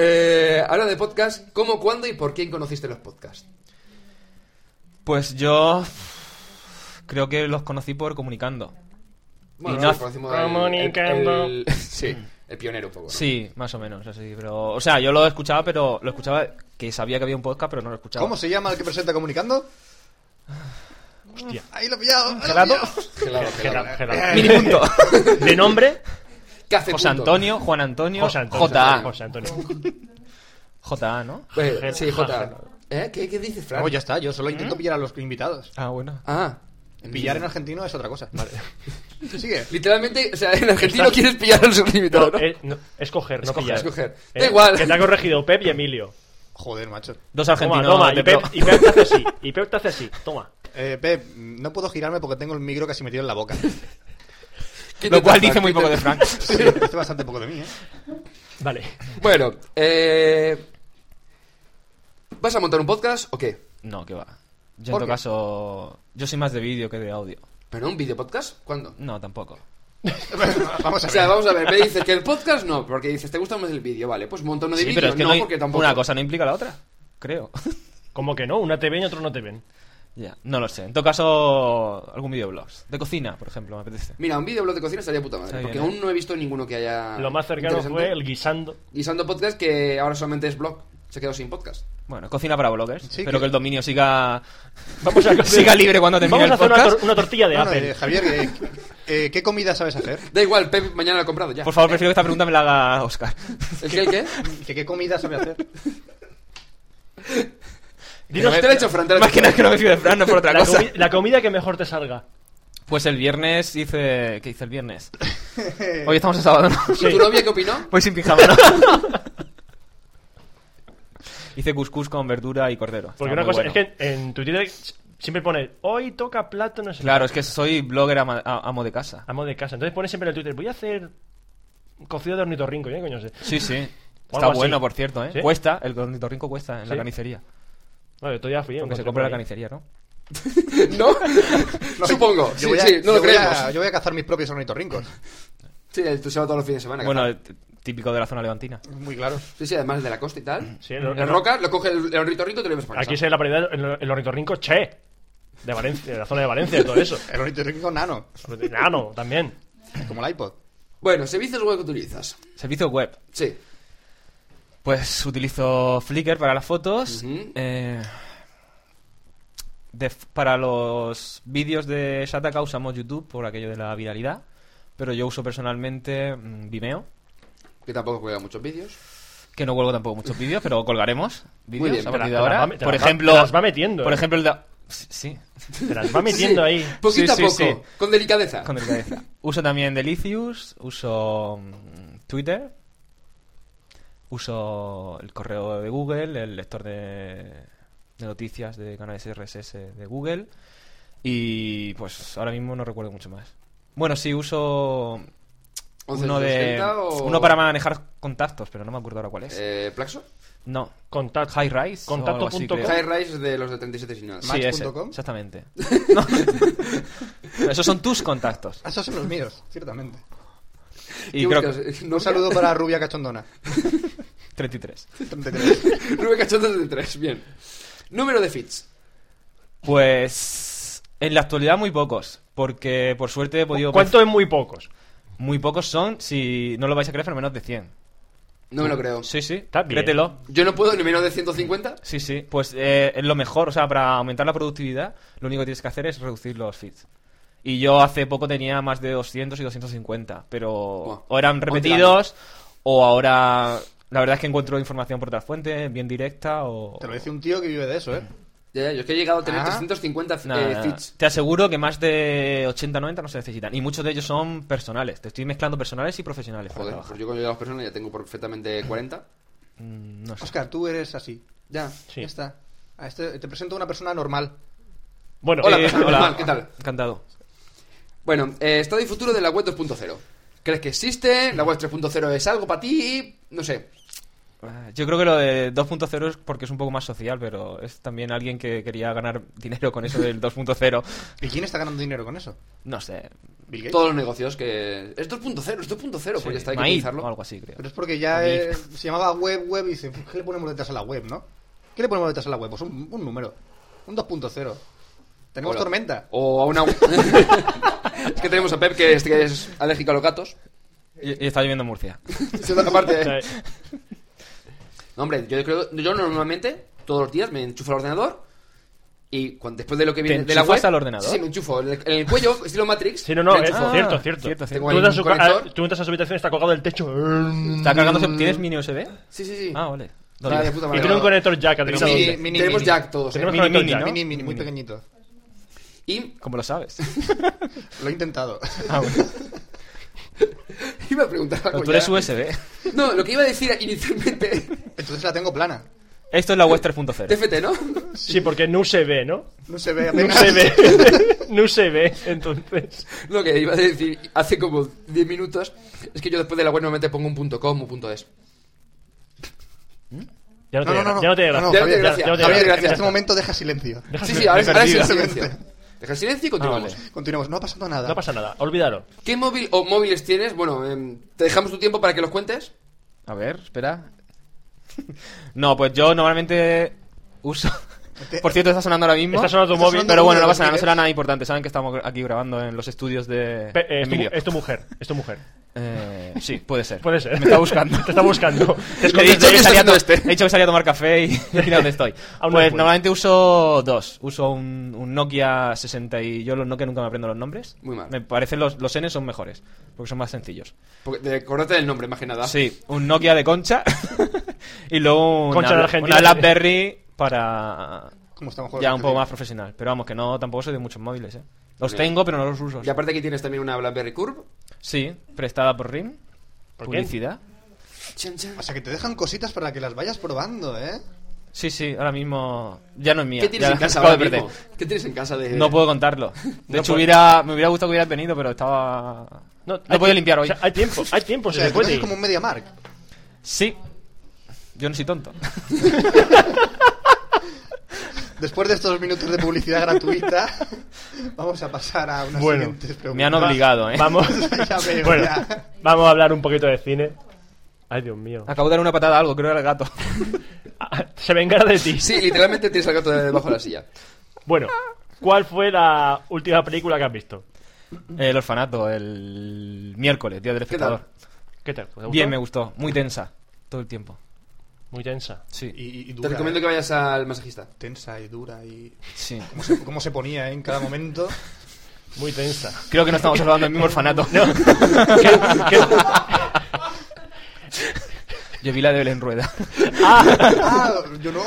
S2: Eh, ahora de podcast, ¿cómo, cuándo y por quién conociste los podcasts?
S3: Pues yo creo que los conocí por comunicando. Y no-
S2: nosotros conocimos el-
S1: Comunicando.
S2: el- el- sí, el pionero un poco. ¿no?
S3: Sí, más o menos, así, pero o sea, yo lo escuchaba, pero lo escuchaba que sabía que había un podcast, pero no lo escuchaba.
S4: ¿Cómo se llama el que presenta comunicando? Ah,
S1: Hostia.
S4: Ahí lo he pillado. ahí lo he
S3: Gerardo.
S4: pillado.
S2: Gelado,
S1: Gerardo,
S2: gelado.
S1: Gerardo.
S3: Mini punto.
S1: De nombre,
S2: Café
S3: José
S2: punto.
S3: Antonio, Juan Antonio,
S1: José Antonio.
S3: JA.
S1: José Antonio.
S3: JA, ¿no?
S2: Eh, sí,
S1: Ger-
S2: J. ¿Eh? ¿Qué, qué dices, Fran?
S4: No, ya está, yo solo intento pillar a los invitados.
S3: Ah, bueno.
S2: Ah.
S4: Pillar en argentino es otra cosa. Vale. Sigue.
S2: Literalmente, o sea, en argentino
S1: Estás-
S2: quieres pillar al sublimitado, ¿no?
S1: Eh, no, escoger, no
S3: Escoger,
S1: pillar.
S2: escoger.
S1: Eh,
S2: Da igual.
S1: Que te ha corregido Pep y Emilio.
S4: Joder, macho.
S3: Dos
S1: Toma,
S3: argentinos
S1: toma.
S3: de
S1: Y Pep,
S3: pro.
S1: y Pep te hace así. Y Pep te hace así. Toma.
S4: Eh, Pep, no puedo girarme porque tengo el micro casi metido en la boca.
S3: Lo cual dice muy poco de Frank.
S4: Sí, dice bastante poco de mí, ¿eh?
S1: Vale.
S2: Bueno, eh... ¿Vas a montar un podcast o qué?
S3: No, que va. Yo en
S2: ¿Por
S3: todo
S2: qué?
S3: caso, yo soy más de vídeo que de audio.
S2: ¿Pero un video podcast? ¿Cuándo?
S3: No, tampoco.
S4: Vamos a
S2: O
S4: ver.
S2: sea, vamos a ver, me dices que el podcast no, porque dices, ¿te gusta más el vídeo? Vale, pues monta uno de
S3: Sí,
S2: vídeo,
S3: pero es que
S2: no,
S3: no hay-
S2: porque tampoco...
S3: una cosa no implica la otra, creo.
S1: Como que no, una te ven y otro no te ven.
S3: Ya, no lo sé. En todo caso, algún videoblogs. De cocina, por ejemplo, me apetece.
S2: Mira, un videoblog de cocina estaría puta madre,
S3: Está
S2: porque
S3: bien, ¿eh?
S2: aún no he visto ninguno que haya...
S1: Lo más cercano
S2: Ah, interesante.
S1: fue el guisando.
S2: Guisando Podcast, que ahora solamente es blog, se quedó sin podcast.
S3: Bueno, cocina para bloggers.
S4: Sí,
S3: Espero
S4: que-
S3: que el dominio siga,
S1: Vamos a
S3: siga libre cuando termine
S1: Vamos a hacer
S3: el
S1: una,
S3: podcast.
S1: tor- una tortilla de
S4: No, no,
S1: Apple.
S4: eh, Javier, eh, eh, ¿qué comida sabes hacer?
S2: Da igual, Pep mañana lo ha comprado ya.
S3: Por favor, prefiero que esta pregunta me la haga Oscar.
S2: ¿El qué, el qué?
S4: ¿Qué, qué comida sabe hacer?
S2: Dinos- te lo he hecho, Fran, te lo he
S3: Más que
S2: hecho.
S3: nada que no me fío de Fran, no por otra
S1: La,
S3: cosa.
S1: comi- la comida que mejor te salga.
S3: Pues el viernes hice... ¿Qué hice el viernes? Hoy estamos a sábado, ¿no?
S1: Sí.
S2: ¿Y tu novia qué opinó?
S3: Voy sin pijama, ¿no? hice couscous con verdura y cordero.
S1: Porque
S3: Estaba
S1: una
S3: muy
S1: cosa
S3: bueno.
S1: es que en tu Twitter siempre pone hoy toca plátano. no sé qué".
S3: Claro, es que soy blogger ama- a- amo de casa.
S1: Amo de casa. Entonces pone siempre en el Twitter, voy a hacer cocido de ornitorrinco, ¿eh? Coño, sé.
S3: Sí, sí.
S1: O
S3: Está
S1: algo así.
S3: bueno, por cierto, ¿eh?
S1: ¿Sí?
S3: Cuesta, el ornitorrinco cuesta en la
S1: ¿Sí?
S3: carnicería.
S1: Vale, eh, estoy ya frío.
S3: Aunque se
S1: encontré
S3: compra en
S1: por
S3: la
S1: ahí.
S3: carnicería, ¿no?
S2: ¿No? Supongo.
S4: Yo
S2: Sí,
S4: voy a-
S2: sí, no lo
S4: yo voy a-
S2: creemos.
S4: yo voy a cazar mis propios ornitorrincos.
S2: Sí, el- tú se va todos los fines de semana.
S3: Bueno,
S2: cazar.
S3: t- típico de la zona levantina.
S4: Muy claro.
S2: Sí, sí, además de la costa y tal.
S1: Sí, el-
S2: la roca, lo coge el, el ornitorrinco y te lo llevas para
S1: Aquí
S2: casa.
S1: se ve la paridad el, el ornitorrinco che. De Valencia, de la zona de Valencia y todo eso.
S4: El ornitorrinco nano,
S1: Nano, también.
S4: como el iPod.
S2: Bueno, servicios web que utilizas.
S3: Servicio web.
S2: Sí.
S3: Pues utilizo Flickr para las fotos.
S2: Ujú.
S3: eh, de- para los vídeos de Shataka usamos YouTube por aquello de la viralidad. Pero yo uso personalmente mm, Vimeo.
S2: Que tampoco juega muchos vídeos.
S3: Que no cuelgo tampoco muchos vídeos, pero colgaremos vídeos
S2: bien,
S3: a
S2: te
S3: partir
S1: la-
S3: de
S1: te la
S3: ahora.
S1: va- te
S3: por
S1: la va-
S3: ejemplo,
S1: te las va metiendo,
S3: Por
S1: eh.
S3: ejemplo, el da- Sí, sí,
S1: Te las va metiendo
S2: Sí,
S1: ahí.
S2: Poquito
S3: Sí,
S2: a
S3: sí,
S2: poco.
S3: sí.
S2: Con delicadeza.
S3: con delicadeza. uso también Delicious, uso mm, Twitter, uso el correo de Google, el lector de, de noticias de canales RSS de Google y pues ahora mismo no recuerdo mucho más. Bueno, sí uso uno de
S2: 1160 o-
S3: uno para manejar contactos, pero no me acuerdo ahora cuál es.
S2: Eh, ¿Plaxo?
S3: no,
S1: Contacto.
S3: High Rise. o algo así,
S1: Contacto.com.
S3: creo.
S2: High Rise de los de 37 sin nada.
S3: Sí, ese,
S4: Match.com.
S3: exactamente. No. No, Esos son tus contactos.
S4: Ah, Esos son los míos, ciertamente.
S3: Y
S2: ¿Qué
S3: creo que
S2: buscas?
S4: Un saludo para Rubia Cachondona.
S3: 33.
S4: 33.
S2: Rubén Cachondo de 3, bien. Número de fits.
S3: Pues en la actualidad muy pocos, porque por suerte he podido...
S1: ¿Cuánto es muy pocos?
S3: Muy pocos son, si no lo vais a creer, pero menos de 100.
S2: No me lo creo.
S3: Mm, Sí, sí,
S1: Está bien.
S3: créetelo.
S2: Yo no puedo ni menos de 150.
S3: Sí, sí, pues eh, es lo mejor, o sea, para aumentar la productividad, lo único que tienes que hacer es reducir los feeds. Y yo hace poco tenía más de 200 y 250, pero
S2: Buah.
S3: o eran
S2: Ponte
S3: repetidos o ahora la verdad es que encuentro información por otras fuentes, bien directa o
S4: Te lo dice un tío que vive de eso, ¿eh?
S2: Ya, ya, yo es que he llegado a tener
S4: Ah.
S2: 350 f-
S3: Nada,
S2: eh,
S3: nada.
S2: fits.
S3: Te aseguro que más de 80 90 no se necesitan y muchos de ellos son personales. Te estoy mezclando personales y profesionales. para
S2: Joder,
S3: trabajar.
S2: pues yo cuando llego a las personas ya tengo perfectamente 40.
S3: Mm, No sé.
S4: Oscar, tú eres así.
S2: Ya.
S1: Sí.
S4: Ya está. A este- te presento a una persona normal.
S1: Bueno,
S2: Hola,
S1: eh,
S2: persona normal, ¿qué tal?
S3: Encantado.
S2: Bueno, eh, estado y futuro de la web 2.0. ¿Crees que existe? ¿La web 3.0 es algo para ti? No sé.
S3: Ah, Yo creo que lo de 2.0 es porque es un poco más social, pero es también alguien que quería ganar dinero con eso del 2.0.
S4: ¿Y quién está ganando dinero con eso?
S3: No sé.
S4: Bill Gates.
S2: Todos los negocios que... Es 2.0, es 2.0, pues ya está, hay que
S3: Maid
S2: utilizarlo.
S3: o algo así, creo.
S4: Pero es porque ya
S3: A mí.
S4: eh, se llamaba web, web y dice, ¿qué le ponemos detrás a la web, no? ¿Qué le ponemos detrás a la web? Pues un, un número. Un 2.0. Tenemos
S2: Hola.
S4: tormenta.
S2: O a una... es que tenemos a Pep, que es, que es alérgico a los gatos.
S3: Y, y está lloviendo en Murcia.
S2: Es otra parte.
S1: o sea,
S2: No, hombre, yo creo... Yo normalmente, todos los días, me enchufo al ordenador y cuando, después de lo que viene de la
S3: enchufas
S2: web...
S3: al ordenador?
S2: Sí, me enchufo. En el, en el cuello, estilo Matrix.
S1: Sí, no, eh, no,
S2: me
S1: es,
S2: enchufo.
S3: Ah,
S1: cierto, cierto.
S3: cierto, cierto.
S2: Tengo
S1: Tú,
S2: ahí
S1: entras a
S2: un
S1: su ca-
S2: conector.
S1: ah, tú entras a su habitación y está colgado del techo.
S3: Está cargándose. ¿Tienes mini USB?
S2: Mm, Sí, sí, sí.
S3: Ah, vale.
S2: Está de puta
S1: Y
S2: madre.
S1: tiene un conector jack
S4: Pero
S1: atrás.
S4: sí,
S1: ¿dónde?
S4: mini,
S2: Tenemos
S4: mini.
S2: Jack todos. ¿eh?
S1: Tenemos
S3: mini,
S1: conector
S3: mini,
S1: jack.
S3: ¿no?
S4: Mini, mini, muy
S3: Mini.
S4: pequeñito.
S2: Y
S3: Como lo sabes.
S4: Lo he intentado.
S3: Ah, bueno.
S2: iba a preguntar algo
S3: Pero tú
S2: Pues ya.
S3: eres USB.
S2: No, lo que iba a decir inicialmente...
S4: Entonces la tengo plana.
S3: Esto es la web 3.0.
S2: TFT, ¿no?
S1: Sí, porque no se ve, ¿no?
S4: No se ve
S1: No
S4: apenas.
S1: se ve. no se ve, entonces.
S2: Lo que iba a decir hace como 10 minutos es que yo después de la web normalmente pongo un punto .com, un punto .es.
S1: Ya no te llega,
S4: No, no, no, no.
S1: ya no te llega.
S4: No, no,
S1: Ya-
S4: Javier,
S1: ya- ya no te
S4: Javier,
S1: llega.
S4: en este momento deja silencio.
S2: Sí, sí, ahora, ahora sí el
S4: Perdido.
S2: silencio. Deja el silencio y continuamos.
S3: Ah, vale.
S4: Continuamos. No ha pasado nada.
S1: No pasa nada, olvídalo.
S2: ¿Qué móvil o móviles tienes? Bueno, em, te dejamos tu tiempo para que los cuentes.
S3: A ver, espera. No, pues yo normalmente uso. Por cierto, está sonando ahora mismo.
S1: Está sonando tu
S4: Está
S1: móvil.
S4: sonando
S3: Pero bueno,
S4: uno
S3: no
S4: de
S3: pasa nada, no
S4: los
S3: será nada importante. Saben que estamos aquí grabando en los estudios de
S1: Pe- eh, es, tu,
S3: Emilio.
S1: es tu mujer, es tu mujer.
S3: Eh, sí, puede ser.
S1: Puede ser.
S3: Me está buscando.
S1: Te está buscando. Te
S3: He
S1: escondes
S3: dicho,
S1: de
S3: que
S1: ella.
S3: salía a to-
S2: este.
S3: he dicho que salía a tomar café y mira dónde estoy.
S1: Aún no
S3: pues
S1: puedo.
S3: normalmente uso dos. Uso un, un Nokia 60 y yo los Nokia nunca me aprendo los nombres.
S2: Muy mal.
S3: Me parecen los, los N son mejores, porque son más sencillos.
S2: Porque te acordate del nombre, más que nada.
S3: Sí, un Nokia de concha y luego una,
S1: Concha de
S3: Bla-
S1: Argentina.
S3: una BlackBerry para
S4: Como estamos jugando
S3: ya
S4: al
S3: un poco
S4: PC.
S3: más profesional. Pero vamos, que no tampoco soy de muchos móviles, ¿eh? Los
S2: Bien.
S3: tengo, pero no los uso.
S2: Y aparte aquí tienes también una BlackBerry Curve.
S3: Sí, prestada por RIM.
S1: ¿Por quién?
S3: publicidad.
S2: Chan, chan.
S4: O sea, que te dejan cositas para que las vayas probando, ¿eh?
S3: Sí, sí, ahora mismo ya no es mía.
S2: ¿Qué tienes
S3: ya
S2: en casa
S3: acabo
S2: ahora
S3: de perder.
S2: mismo? ¿Qué tienes en casa de...?
S3: No puedo contarlo.
S1: No
S3: De hecho,
S1: puedo.
S3: hubiera, me hubiera gustado que hubieras venido, pero estaba. No,
S1: hay
S3: podía
S1: tie-
S3: limpiar
S1: o
S3: hoy.
S1: sea, hay tiempo, hay tiempo,
S4: O
S1: se
S4: sea,
S1: le
S4: tú
S1: puede.
S4: es
S1: ir.
S4: como un MediaMark.
S3: Sí. Yo no soy tonto.
S4: Después de estos minutos de publicidad gratuita, vamos a pasar a unas
S1: Bueno,
S4: siguientes preguntas.
S3: Me han obligado, ¿eh?
S1: Vamos.
S4: Ya veo,
S1: bueno,
S4: ya.
S1: vamos a hablar un poquito de cine. Ay, Dios mío. Ah,
S3: Acabo de dar una patada a algo, creo que era el gato.
S1: Se vengará de ti.
S2: Sí, literalmente tienes al gato debajo de la silla.
S1: Bueno, ¿cuál fue la última película que has visto?
S3: El orfanato, el miércoles, día del
S2: ¿Qué tal?
S3: espectador.
S1: ¿Qué tal? ¿Te gustó?
S3: Bien, me gustó. Muy tensa. Todo el tiempo.
S1: Muy tensa.
S3: Sí.
S4: Y,
S2: Te
S4: y dura,
S2: recomiendo
S4: ¿eh?
S2: que vayas al masajista.
S4: Tensa y dura y...
S3: Sí.
S4: Cómo se, cómo se ponía ¿eh? en cada momento.
S1: Muy tensa.
S3: Creo que no estamos hablando del mismo orfanato.
S1: ¿Qué- qué-
S3: Yo vi la de Belén Rueda.
S4: ¡Ah! Yo no.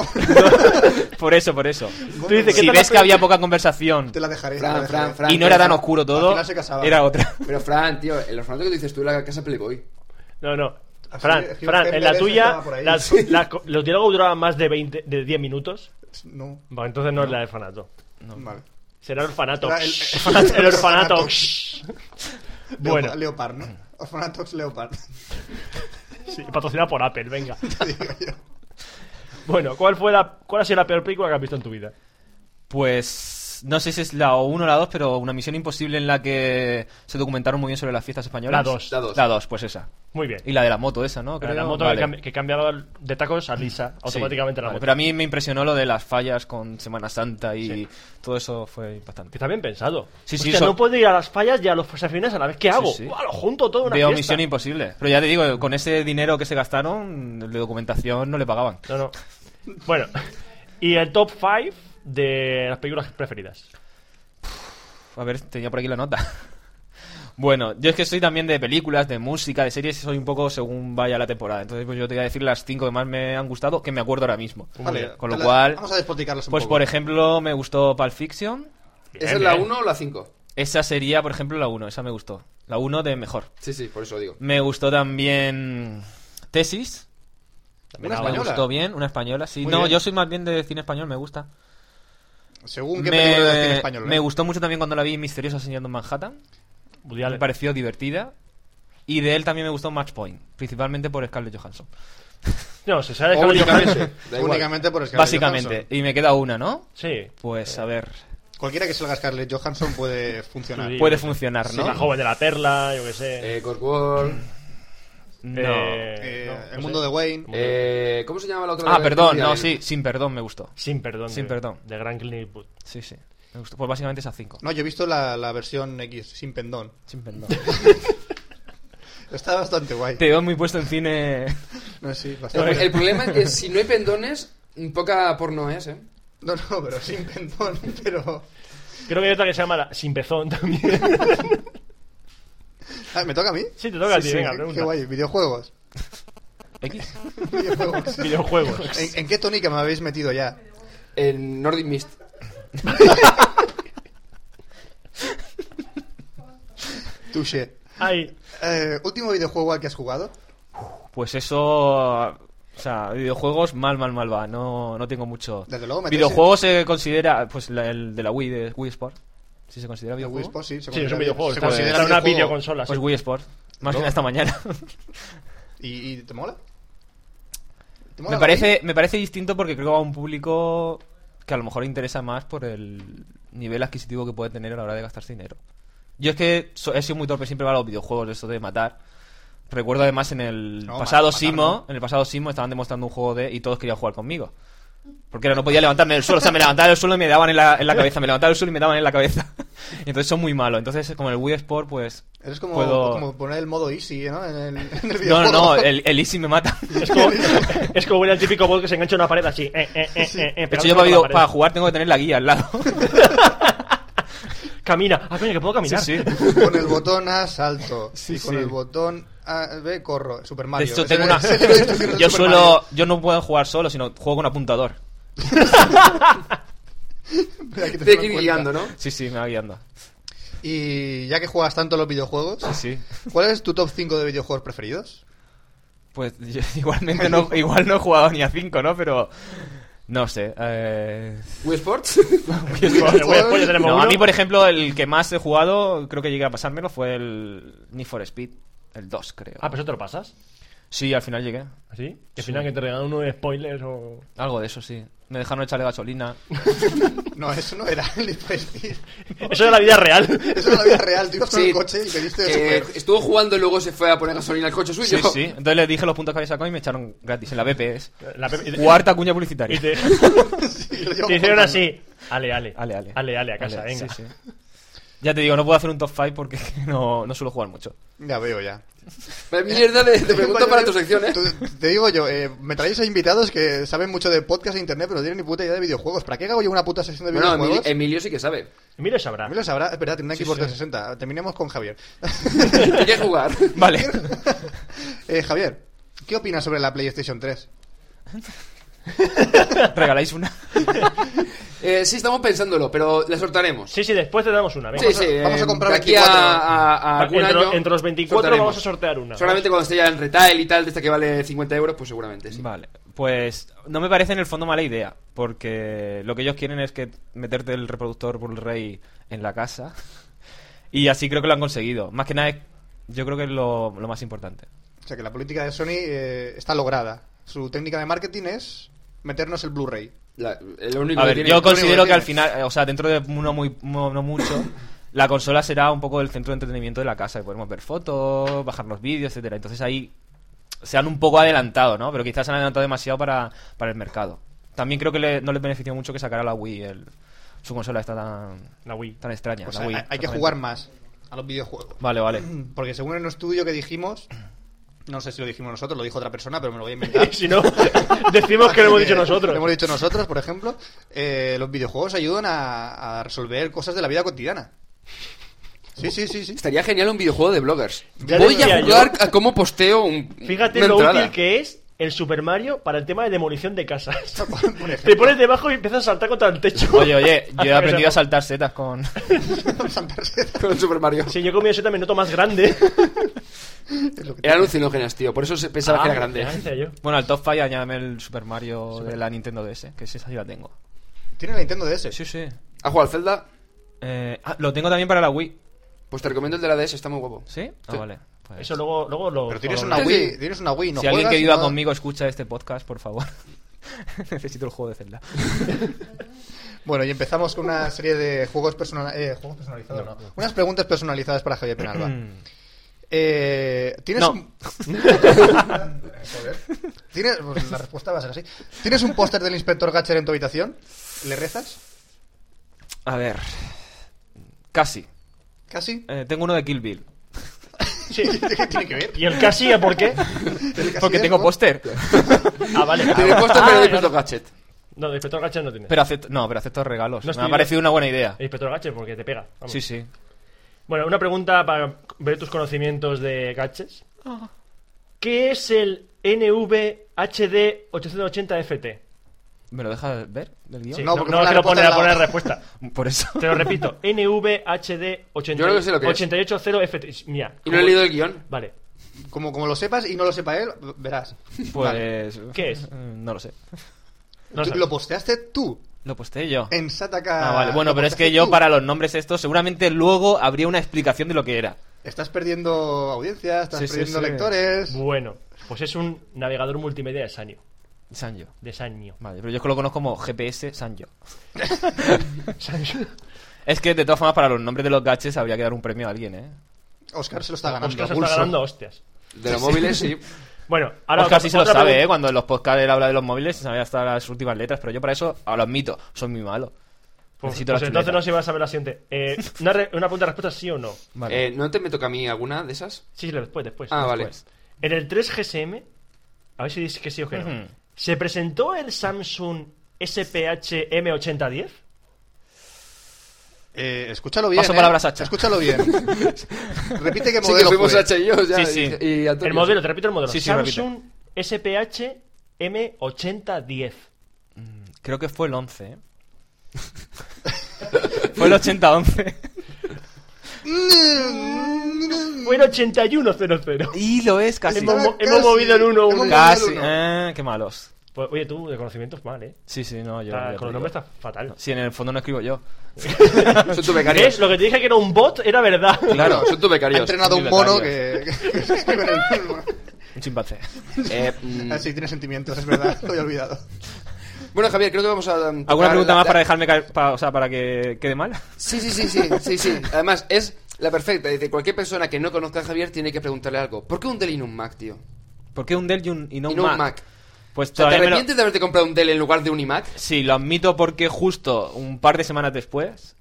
S3: Por eso, por eso.
S1: Tú dices que
S3: Si
S1: te
S3: ves que
S1: la-
S3: había poca conversación
S4: Te la dejaré. te la
S2: Fran,
S4: dejaré.
S2: Fran, Fran.
S3: y no era tan
S2: Fran.
S3: oscuro
S4: Al
S3: todo,
S4: final se casaban.
S3: era otra.
S2: Pero Fran, tío, el orfanato que dices tú es la casa Playboy.
S1: No, no.
S4: Así
S1: Fran,
S4: es que
S1: Fran,
S4: Eugenio
S1: en la
S4: Derbez
S1: tuya
S4: estaba por ahí.
S1: las- las co- los diálogos duraban más de 20, de 10 minutos.
S4: No.
S1: Bueno, entonces no, es la de orfanato.
S4: Vale.
S1: Será orfanato.
S4: Era el-
S1: el, orfanato.
S4: orfanato.
S1: Bueno.
S4: Leopa- Leopard, ¿no? Orfanatox Leopard.
S1: Sí, patrocinado por Apple, venga.
S4: Te digo yo.
S1: Bueno, ¿cuál fue la cuál ha sido la peor película que has visto en tu vida?
S3: Pues no sé si es la 1 o la 2, pero una misión imposible en la que se documentaron muy bien sobre las fiestas españolas.
S1: La dos.
S2: La dos.
S3: La 2, pues esa.
S1: Muy bien.
S3: Y la de la moto esa, ¿no?
S1: la
S3: Creo.
S1: moto
S3: Vale.
S1: que, cambi- que cambiaba de tacos a lisa,
S3: Sí,
S1: automáticamente la
S3: vale.
S1: moto.
S3: Pero a mí me impresionó lo de las fallas con Semana Santa y
S1: Sí.
S3: todo eso fue
S1: Que
S3: impactante.
S1: está bien pensado.
S3: Sí, sí,
S1: Hostia,
S3: eso-
S1: no puedo ir a las fallas y a los fresafines a la vez. ¿Qué hago?
S3: sí.
S1: Buah, lo junto todo en una
S3: Veo
S1: fiesta.
S3: Misión Imposible. Pero ya te digo, con ese dinero que se gastaron, de documentación no le pagaban.
S1: No, no. Bueno, y el top 5 de las películas preferidas.
S3: A ver, tenía por aquí la nota. Bueno, yo es que soy también de películas, de música, de series, soy un poco según vaya la temporada. Entonces, pues yo te voy a decir las cinco que más me han gustado, que me acuerdo ahora mismo.
S4: Vale,
S3: Con lo
S4: te la-
S3: cual,
S4: Vamos a despoticarlas un
S3: pues
S4: poco.
S3: por ejemplo, me gustó Pulp Fiction.
S2: ¿Esa
S1: Em,
S2: es la 1 o la 5?
S3: Esa sería, por ejemplo, la 1, esa me gustó. La 1 de mejor.
S2: Sí, sí, por eso lo digo.
S1: Em.
S3: Me gustó también Tesis.
S4: Una
S3: Me
S4: española.
S3: gustó bien, una española, sí.
S4: Muy
S3: no,
S4: bien.
S3: yo soy más bien de cine español, me gusta.
S4: Según qué película de cine
S3: Me,
S4: español.
S3: me
S4: ¿eh?
S3: gustó mucho también cuando la vi Misteriosa enseñando en Manhattan.
S1: Woody Allen.
S3: Me pareció divertida. Y de él también me gustó Match Point, principalmente por Scarlett Johansson.
S1: No, se sabe que
S2: Únicamente. da igual.
S4: Únicamente por Scarlett
S3: Básicamente.
S4: Johansson.
S3: Y me queda una, ¿no?
S1: Sí.
S3: Pues a ver,
S4: Cualquiera que salga Scarlett Johansson puede funcionar.
S1: Sí.
S3: puede funcionar,
S1: La
S3: ¿no?
S1: joven de la perla, yo qué sé.
S2: Eh, Corcworld.
S3: No.
S1: Eh,
S4: Eh,
S1: no, no
S4: el mundo
S1: sé.
S4: de Wayne.
S2: Eh, ¿Cómo se llama la otra?
S3: Ah,
S2: de-
S3: perdón,
S2: de-
S3: no, sí, sin perdón me gustó.
S1: Sin perdón.
S3: Sin
S1: de-
S3: perdón.
S1: De Gran Clint Eastwood.
S3: Sí, sí. Me gustó. Pues básicamente esas cinco.
S4: No, yo he visto la, la versión X sin pendón.
S3: Sin perdón.
S4: Está bastante guay.
S3: Te veo muy puesto en cine.
S4: No, sí,
S2: El,
S4: bastante.
S2: el problema es que si no hay pendones, mm, poca porno es, ¿eh?
S4: No, no, pero sin pendón. Pero.
S1: Creo que hay otra que se llama la- Sin pezón también.
S4: Ah, ¿Me toca a mí?
S1: sí, te toca a
S3: Sí,
S1: ti,
S3: sí.
S1: venga,
S4: Qué
S1: pregunta.
S4: guay, videojuegos.
S3: X.
S4: videojuegos.
S1: Videojuegos.
S4: ¿En, en qué tónica me habéis metido ya?
S2: En Nordic Mist.
S4: Touché.
S1: Ay,
S4: Eh, ¿Último videojuego al que has jugado?
S3: Pues eso. O sea, videojuegos mal, mal, mal va. No, no tengo mucho.
S4: Desde luego, meterse-
S3: videojuegos se considera. Pues la- el de la Wii, de Wii Sport. Si se considera
S4: El Wii
S3: videojuego.
S4: Sports, sí, se
S1: sí, es un
S4: considera-
S1: videojuego.
S4: se
S1: Está
S4: considera
S1: está en una
S4: videojuego.
S1: videoconsola.
S3: Pues
S1: sí.
S3: Wii Sport. Más
S4: No.
S3: bien hasta mañana.
S4: ¿Y, y te mola? ¿Te mola
S3: me,
S4: la
S3: parece, me parece distinto porque creo que va a un público que a lo mejor le interesa más por el nivel adquisitivo que puede tener a la hora de gastarse dinero. Yo es que so- he sido muy torpe siempre para los videojuegos, eso de matar. Recuerdo además en el
S4: No,
S3: pasado
S4: matar,
S3: Simo,
S4: no.
S3: en el pasado Simo estaban demostrando un juego de y todos querían jugar conmigo. Porque era, no podía levantarme del suelo, o sea, me levantaba del suelo y me daban en la, en la cabeza, me levantaba del suelo y me daban en la cabeza. Y entonces son muy malos. Entonces, como el Wii Sport, pues.
S4: Eres como,
S3: puedo-
S4: como poner el modo easy, ¿no? En el, en el
S3: No, no,
S4: videojuego.
S3: no, el, el Easy me mata.
S1: Es como, es como el típico bot que se engancha a una pared así. Eh, eh, eh, eh, eh,
S3: De hecho,
S1: pegándose
S3: yo
S1: con
S3: para,
S1: la
S3: video-
S1: pared.
S3: para jugar tengo que tener la guía al lado.
S1: Camina. Ah, coño, que puedo
S3: Sí,
S1: caminar.
S3: sí.
S4: Con el botón A salto.
S3: Sí,
S4: y con
S3: sí.
S4: el botón A, B corro. Super
S3: De
S4: Mario.
S3: hecho,
S4: Ese
S3: tengo
S4: era-
S3: una...
S4: ese era el instructor de
S3: Yo
S4: Super
S3: suelo...
S4: Mario.
S3: Yo no puedo jugar solo, sino juego con apuntador.
S4: Hay
S2: Te
S4: que tenerlo en
S2: ir
S4: cuenta.
S2: guiando, ¿no?
S3: Sí, sí, me va guiando.
S4: Y ya que juegas tanto los videojuegos,
S3: Sí.
S4: ¿cuál es tu top 5 de videojuegos preferidos?
S3: Pues yo- igualmente no, igual no he jugado ni a 5, ¿no? Pero. No sé. eh,
S2: Wii Sports.
S1: Vale, voy a- voy a tener
S3: No,
S1: Pues, uno.
S3: a mí, por ejemplo, el que más he jugado, creo que llegué a pasármelo, fue el Need for Speed. El 2, creo.
S1: Ah, pero eso te lo pasas.
S3: Sí, al final llegué.
S1: ¿Sí? Que al final que te regalan uno de spoilers o.
S3: Algo de eso, sí. Me dejaron echarle gasolina.
S4: No, eso no era el Need for Speed.
S1: Eso de la vida real.
S4: Eso era la vida real. Tú ibas con
S2: Sí.
S4: el coche y pediste
S3: Eh,
S2: que
S4: después.
S2: estuvo jugando y luego se fue a poner gasolina al coche suyo.
S3: Sí, sí. Entonces les dije los puntos que había sacado y me echaron gratis en la BPS.
S1: La pe- y te-
S3: Cuarta cuña
S1: y
S3: publicitaria.
S1: te,
S4: Sí, lo llevamos
S1: te hicieron
S4: contando.
S1: así. Ale, ale.
S3: Ale, ale.
S1: Ale, ale, a casa,
S3: Ale,
S1: venga.
S3: sí, sí. Ya te digo, no puedo hacer un top 5 porque no, no suelo jugar mucho.
S4: Ya veo, ya.
S2: Pero Mierda, le- te pregunto para tu sección, ¿eh?
S4: Tú- Te digo yo, eh, me traéis a invitados que saben mucho de podcast e internet, pero no tienen ni puta idea de videojuegos. ¿Para qué hago yo una puta sesión de
S2: Bueno,
S4: videojuegos?
S2: Emilio, Emilio sí que sabe.
S1: Emilio sabrá.
S4: Emilio sabrá, es verdad, tiene un
S3: Sí,
S4: Xbox
S3: sí.
S4: 360. Terminemos con Javier.
S2: Hay que jugar.
S3: Vale.
S4: Eh, Javier, ¿qué opinas sobre la PlayStation 3?
S3: Regaláis una.
S2: Eh, sí, estamos pensándolo, pero la soltaremos.
S1: Sí, sí, después te damos una. Venga.
S2: Sí, sí, eh,
S4: vamos a comprar
S2: de aquí
S4: 24.
S2: a, a- a
S1: Va,
S2: algún
S1: entre-
S2: año
S1: entre los 24
S2: soltaremos.
S1: vamos a sortear una.
S2: Solamente cuando esté ya en retail y tal, de esta que vale 50 euros, pues seguramente sí.
S3: Vale, pues no me parece en el fondo mala idea, porque lo que ellos quieren es que meterte el reproductor Blu-ray en la casa y así creo que lo han conseguido. Más que nada, es- yo creo que es lo, lo más importante.
S4: O sea, que la política de Sony eh, está lograda. Su técnica de marketing es meternos el Blu-ray.
S2: La- eh, lo único
S3: A
S2: que
S3: ver,
S2: tiene-
S3: yo
S4: único
S3: considero
S4: que
S3: que al
S4: tiene.
S3: final, eh, o sea, dentro de uno muy, mo- no mucho, la consola será un poco el centro de entretenimiento de la casa, que podemos ver fotos, bajarnos vídeos, etcétera Entonces ahí se han un poco adelantado, ¿no? Pero quizás se han adelantado demasiado para, para el mercado. También creo que le- no les benefició mucho que sacara la Wii, el- su consola está tan...
S1: La Wii.
S3: tan extraña.
S4: O
S3: la
S4: sea,
S3: Wii,
S4: hay- hay que
S3: exactamente.
S4: jugar más a los videojuegos.
S3: Vale, vale.
S4: Porque según el estudio que dijimos, no sé si lo dijimos nosotros, lo dijo otra persona, pero me lo voy a inventar.
S1: si no, decimos que lo hemos dicho nosotros.
S4: Lo hemos dicho nosotros, por ejemplo. eh, los videojuegos ayudan a, a resolver cosas de la vida cotidiana. Sí, sí, sí, sí.
S2: Estaría genial un videojuego de bloggers.
S1: Ya
S2: Voy
S1: decía
S2: a
S1: yo.
S2: jugar a cómo posteo un.
S1: Fíjate
S2: una
S1: lo
S2: entrada.
S1: útil que es el Super Mario para el tema de demolición de casas.
S4: Por
S1: Te
S4: ejemplo,
S1: pones debajo y empiezas a saltar contra el techo.
S3: Oye, oye, yo he
S1: Hasta que
S3: aprendido a
S1: se-
S3: saltar setas con.
S4: saltarse
S2: Con el Super Mario.
S1: Sí, yo he comido eso también, noto más grande.
S4: es lo que
S2: Eran alucinógenas, tío. Por eso se pensaba que era
S1: Ah, ya
S2: grande. ¿eh?
S1: decía yo.
S3: Bueno, al top 5 añádame el Super Mario de la Nintendo DS, que es esa sí la tengo.
S4: Tiene la Nintendo DS.
S3: Sí, sí.
S2: ¿Ha jugado al Zelda?
S3: Eh, ah, lo tengo también para la Wii.
S2: Pues te recomiendo el de la DS, está muy guapo.
S3: ¿Sí? Ah,
S2: Sí.
S3: vale. Pues,
S1: Eso luego, luego lo.
S4: Pero tienes
S1: lo-
S4: una
S2: Sí,
S4: Wii,
S2: sí.
S4: tienes una Wii, no
S3: si alguien
S4: juegas,
S3: que viva
S4: no-
S3: conmigo escucha este podcast, por favor. Necesito el juego de Zelda.
S4: Bueno, y empezamos con una serie de juegos, personal... eh, juegos personalizados. no. Unas preguntas personalizadas para Javier Penalba. eh, ¿Tienes
S3: No.
S4: un... Joder. ¿Tienes... pues la respuesta va a ser así. ¿Tienes un póster del inspector Gatcher en tu habitación? ¿Le rezas?
S3: A ver. Casi.
S4: ¿Casi?
S3: Eh, tengo uno de Kill Bill.
S1: Sí.
S4: ¿Qué tiene que ver?
S1: ¿Y el casi? ¿a ¿Por qué?
S4: Casi
S3: Porque
S4: es,
S3: tengo
S4: ¿no?
S3: póster.
S1: Ah, vale.
S2: Tiene puesto pero de
S1: Ah,
S2: Pito
S1: no,
S2: Gadget.
S1: No, de Inspector Gadget no tiene.
S3: Pero acepto, no, pero acepto regalos.
S1: No
S3: Me
S1: estoy-
S3: ha parecido una buena idea.
S4: Eh,
S1: El Inspector Gadget porque te pega. vamos.
S3: Sí, sí.
S1: Bueno, una pregunta para ver tus conocimientos de gadgets. ¿Qué es el NVHD 880FT?
S3: ¿Me lo dejas ver del guión?
S1: Sí,
S4: No,
S1: no,
S4: porque
S1: no,
S4: pone la
S1: quiero poner,
S4: respuesta
S1: a poner
S4: al lado.
S1: respuesta.
S3: Por eso.
S1: Te lo repito. NVHD
S2: Yo creo que sé lo que es.
S1: 880FT. Mira.
S2: Y no he leído el guión.
S1: Vale.
S4: Como, como lo sepas y no lo sepa él, verás. Vale.
S3: Pues.
S1: ¿Qué es?
S3: eh, No lo sé.
S1: No
S4: Tú-
S1: sé.
S4: lo posteaste tú
S3: Lo posteé yo.
S4: en Sataka.
S3: Ah, vale. Bueno,
S4: lo
S3: pero es que
S4: posteaste
S3: yo
S4: tú.
S3: para los nombres estos, seguramente luego habría una explicación de lo que era.
S4: Estás perdiendo audiencia, estás
S3: Sí, sí,
S4: perdiendo
S3: sí.
S4: lectores.
S1: Bueno, pues es un navegador multimedia de Sanyo.
S3: Sanjo.
S1: De Sanyo.
S3: Vale, pero yo es que lo conozco como GPS Sanjo.
S1: Sanyo.
S3: Es que de todas formas, para los nombres de los gaches habría que dar un premio a alguien, ¿eh?
S4: Oscar se lo está ganando.
S1: Oscar se está
S4: pulso.
S1: ganando hostias.
S2: De los móviles, sí.
S1: Bueno, ahora
S3: Oscar
S1: otra-
S3: sí se lo
S1: otra
S3: sabe,
S1: pregunta.
S3: ¿eh? Cuando en los podcasts él habla de los móviles, se sabe hasta las últimas letras, pero yo para eso, ahora lo admito, soy muy malo.
S1: Pues,
S3: Necesito
S1: pues
S3: la
S1: entonces
S3: chuleta.
S1: no se va a saber la siguiente. Eh, una, re- una pregunta de respuesta sí o no.
S3: Vale. Pues
S2: Eh, ¿No te me toca a mí alguna de esas?
S1: Sí, sí, después, después.
S2: Ah, vale.
S1: Después. En el 3GSM, a ver si dices que sí o que no.
S3: Ujú.
S1: ¿Se presentó el Samsung SPH M8010?
S4: Eh, escúchalo bien.
S3: Paso
S4: eh.
S3: palabras, Sacha.
S4: Escúchalo bien. Repite qué
S2: Sí, que
S4: modelo
S2: fuimos
S4: fue.
S2: H y yo ya.
S3: Sí, sí.
S2: y- y Antonio.
S1: El modelo, te repito el modelo.
S3: Sí, sí,
S1: Samsung SPH M8010.
S3: Creo que fue el 11, ¿eh? fue el 80-11.
S1: Fue en 8100.
S3: y lo es casi.
S1: Hemos, mo-
S4: Casi.
S1: hemos movido el 1
S4: Hemos
S1: 1.
S4: movido-
S3: Casi.
S4: uno.
S3: Eh, qué malos.
S1: Pues, Oye, tú, de conocimientos mal, ¿eh?
S3: Sí, sí, no, yo.
S1: Está- con
S3: yo
S1: los
S3: te digo.
S1: nombres está fatal.
S3: Sí, en el fondo no escribo yo.
S2: Son tus
S1: ¿Ves?
S2: becarios.
S1: Lo que te dije que era un bot era verdad.
S2: Claro, son tus
S4: Ha
S2: becarios.
S4: entrenado un mono que.
S3: Un chimpancé.
S2: Eh, mm,
S4: Así Ah, tiene sentimientos, es verdad, lo había olvidado.
S2: Bueno, Javier, creo que vamos a. um,
S3: ¿Alguna
S2: tocar
S3: pregunta
S2: la-
S3: más
S2: la-
S3: para dejarme caer, pa- o sea, para que quede mal?
S2: Sí, sí, sí, sí, sí, sí. Además, es la perfecta. Dice, cualquier persona que no conozca a Javier tiene que preguntarle algo. ¿Por qué un Dell y no un Mac, tío?
S3: ¿Por qué un Dell y, un, y no
S2: y
S3: un
S2: no
S3: Mac?
S2: un Mac.
S3: Pues
S2: O sea, ¿Te
S3: todavía me lo-
S2: arrepientes de haberte comprado un Dell en lugar de un iMac?
S3: Sí, lo admito porque justo un par de semanas después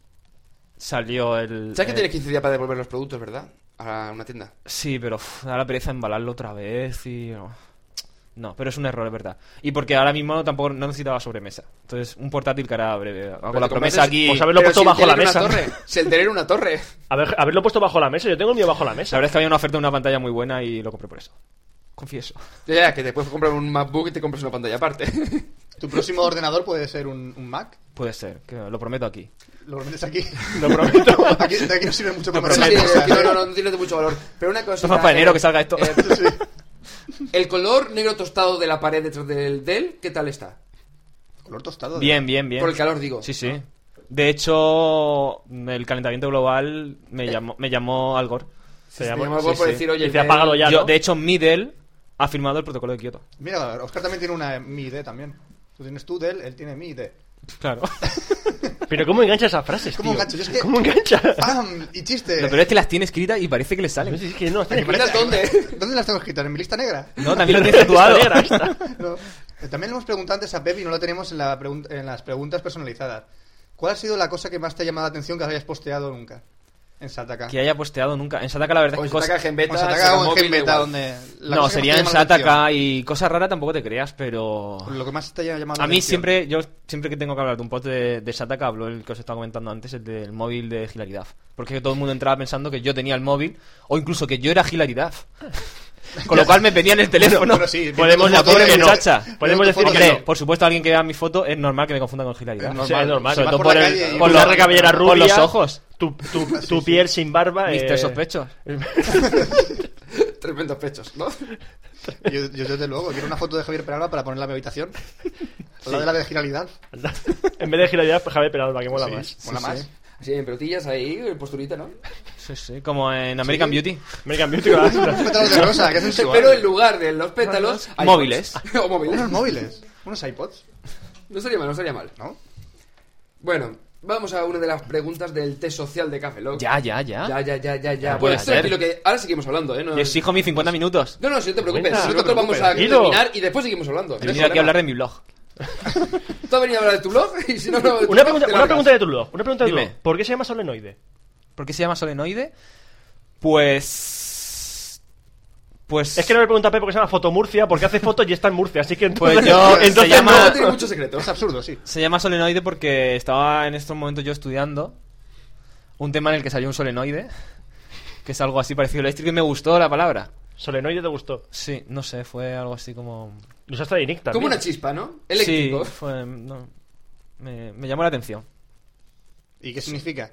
S3: salió el... eh,
S2: ¿Sabes que
S3: el-
S2: tienes 15 días para devolver los productos, verdad? A una tienda.
S3: Sí, pero uf, da la pereza embalarlo otra vez y... No. No, pero es un error, es verdad. Y porque ahora mismo tampoco no necesitaba sobremesa. Entonces, un portátil que hará breve. Hago
S2: Pero
S3: la
S2: te
S3: promesa
S2: compraste-
S3: aquí.
S1: pues a ver- Haberlo
S2: Pero
S1: puesto
S2: si el
S1: bajo
S2: Dell
S1: la mesa.
S2: era una torre. Si el Dell era una torre.
S1: A ver, haberlo puesto bajo la mesa. Yo tengo el mío bajo la
S3: La
S1: mesa.
S3: verdad es que había una oferta de una pantalla muy buena y lo compré por eso. Confieso.
S2: Ya, ya, que te puedes comprar un MacBook y te compras una pantalla aparte.
S4: Tu próximo ordenador puede ser un, un Mac.
S3: Puede ser, que lo prometo aquí.
S4: Lo metes aquí.
S3: Lo prometo.
S4: Aquí, de aquí no sirve mucho para
S2: Sí, sí,
S4: meter
S2: sí,
S4: cosas,
S2: no,
S4: ¿eh?
S2: no, no, no tiene de mucho valor. Pero una cosa. eh,
S3: Esto es más para enero que salga esto.
S4: Sí.
S2: el color negro tostado de la pared detrás del Dell, ¿qué tal está?
S4: Color tostado. ¿eh? de-
S3: Bien, bien, bien.
S2: Por el calor, digo.
S3: Sí, sí. De hecho, el calentamiento global me
S2: Eh.
S3: llamó, me llamó Al Gore.
S2: Se llama
S1: llama-
S2: algo
S3: sí,
S2: por
S3: sí.
S2: decir, oye,
S1: Y
S2: el
S1: se ha
S2: Dell-
S1: apagado ya,
S3: Yo,
S1: ¿no?
S3: de hecho, Middle ha firmado el protocolo de Kioto.
S4: Mira, Oscar también tiene una eh, mi ID también. Tú tienes tu del, él tiene mi ID.
S3: Claro.
S1: Pero ¿cómo engancha esas frases,
S4: ¿Cómo
S1: tío?
S4: engancho? Yo es que-
S1: ¿Cómo engancha?
S3: Ah,
S4: ¡Pam! Y chiste.
S3: Lo peor es que las tiene escritas y parece que le
S1: No,
S3: salen.
S1: si es que no, está
S4: ¿Te
S1: en
S4: acuerdas
S2: ¿Dónde?
S4: ¿Dónde las tengo escritas? ¿En mi lista negra?
S3: No, también lo tiene tatuado.
S1: Está negra, está.
S4: No. Eh, También lo hemos preguntado antes a Pep y no lo tenemos en, la pregun- en las preguntas personalizadas. ¿Cuál ha sido la cosa que más te ha llamado la atención que hayas posteado nunca en Sataka?
S3: Que haya posteado nunca. En Sataka, la verdad
S2: O
S3: es
S2: en
S3: que cosas-
S2: Sataka, en Beta,
S4: O en Pues Sataka o en
S2: Móvil,
S4: Genbeta,
S2: igual.
S4: donde... la
S3: No,
S4: cosa que
S3: sería
S4: más
S3: en
S4: te llama la
S3: Sataka y cosas raras tampoco te creas, pero.
S4: atención. Lo que más te haya llamado la
S3: A mí
S4: atención.
S3: siempre, yo siempre que tengo que hablar de un post de, de Sataka, hablo el que os estaba comentando antes, el del móvil de Hilaridad. Porque todo el mundo entraba pensando que yo tenía el móvil, o incluso que yo era Hilaridad. Con lo cual me pedían el teléfono.
S4: Bueno, sí,
S1: Podemos
S4: viendo
S1: decir
S4: tu foto
S1: que
S4: de
S1: no.
S3: muchacha.
S1: Podemos
S4: Viendo tu
S1: decir
S4: foto
S1: que
S4: de
S3: Hombre, por supuesto, alguien que vea mi foto es normal que me confunda con Hilaridad.
S4: Es
S1: O sea, es normal.
S3: Sobre
S4: Vas
S3: todo
S4: por
S3: por,
S4: la
S3: el-
S4: calle y-
S3: por
S4: Una
S3: los,
S1: cabellera
S3: por los
S1: rubia.
S3: ojos.
S1: Tu, tu, tu piel sin barba.
S3: Mister
S1: eh,
S3: sospecho.
S2: Tremendos pechos, ¿no?
S4: Yo, yo desde luego, quiero una foto de Javier Peralta para ponerla en mi habitación. La de la de Giralidad.
S1: en vez de Giladía, Javier Peralta, que mola más.
S4: Mola más.
S2: Así en pelotillas, ahí, eh, posturita, ¿no?
S3: Sí, sí, como en American Beauty.
S1: American Beauty con la-
S4: Pétalos de rosa, que hacen sensual.
S2: Pero en lugar de los pétalos... iPods.
S3: Móviles.
S2: o móviles.
S4: Unos móviles, unos iPods,
S2: No estaría mal, no estaría mal.
S4: ¿no?
S2: Bueno, vamos a una de las preguntas del test social de Café Lock.
S3: Ya, ya, ya.
S2: Ya, ya, ya, ya, ya.
S3: Ya,
S2: Bueno,
S3: puede
S2: esto es
S3: ser.
S2: aquí lo que... Ahora seguimos hablando, ¿eh? No,
S3: Yo exijo mis 50 minutos.
S2: no, no, si no te preocupes.
S1: Cuenta,
S2: Nosotros
S4: no te
S2: vamos a
S4: preocupes.
S1: Guido.
S2: terminar y después seguimos hablando.
S3: He
S2: No hay
S3: venido aquí
S2: problema.
S3: a hablar de mi blog.
S2: Tú has venido a hablar de tu blog y si no, no... de tu
S1: Una
S2: blog,
S1: pregunta,
S2: te
S1: una
S2: largas.
S1: pregunta de tu blog. Una pregunta de tu
S3: Dime.
S1: blog. ¿Por qué se llama solenoide?
S3: ¿Por qué se llama solenoide? Pues. Pues.
S1: Es que no me pregunta a Pepe porque se llama Fotomurcia, porque hace fotos y está en Murcia, así que entonces...
S3: Pues yo.
S4: Entonces
S3: se,
S2: El blog
S3: llama,
S2: no tiene muchos secretos.
S4: Es absurdo, sí.
S3: se llama solenoide porque estaba en estos momentos yo estudiando un tema en el que salió un solenoide, que es algo así parecido al eléctrico, y me gustó la palabra.
S1: Solenoide te gustó.
S3: Sí, no sé, fue algo así como.
S1: Lo usaste de Nick también.
S2: Como una chispa, ¿no? Eléctrico.
S3: Sí, fue. no, me, me llamó la atención.
S4: ¿Y qué significa?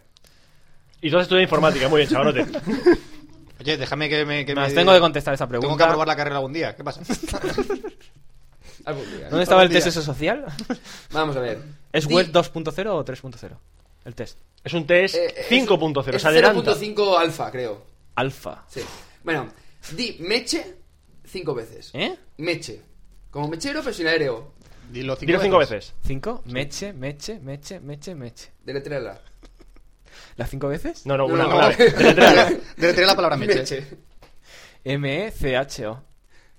S1: Y tú has estudiado informática, muy bien, chavalote.
S4: Oye, déjame que me... Que
S3: Me
S4: me-
S3: las tengo que contestar esa pregunta.
S4: Tengo que aprobar la carrera algún día, ¿qué pasa?
S2: Algún día, ¿no?
S3: ¿Dónde estaba el
S4: Algún
S3: test
S4: día.
S3: ese social?
S2: Vamos a ver.
S3: ¿Es
S2: Di-
S3: web 2.0 o 3.0? El test.
S1: Es un test
S2: Eh, eh, es-
S1: 5.0,
S2: es
S1: se adelanta.
S2: 0.5 alfa, creo.
S3: Alfa.
S2: Sí. Bueno, di meche cinco veces.
S3: ¿Eh?
S2: Meche. Como mechero, pero sin aéreo.
S4: Dilo cinco,
S1: Dilo cinco veces.
S3: 5. Meche, meche, meche, meche, meche.
S2: Deletréala.
S3: ¿Las cinco veces?
S1: No, no,
S2: No,
S1: una,
S2: no,
S1: una
S2: no.
S1: vez.
S4: Deletrea- Deletrea la palabra Ah, meche.
S2: Meche.
S3: E M-E-C-H-O.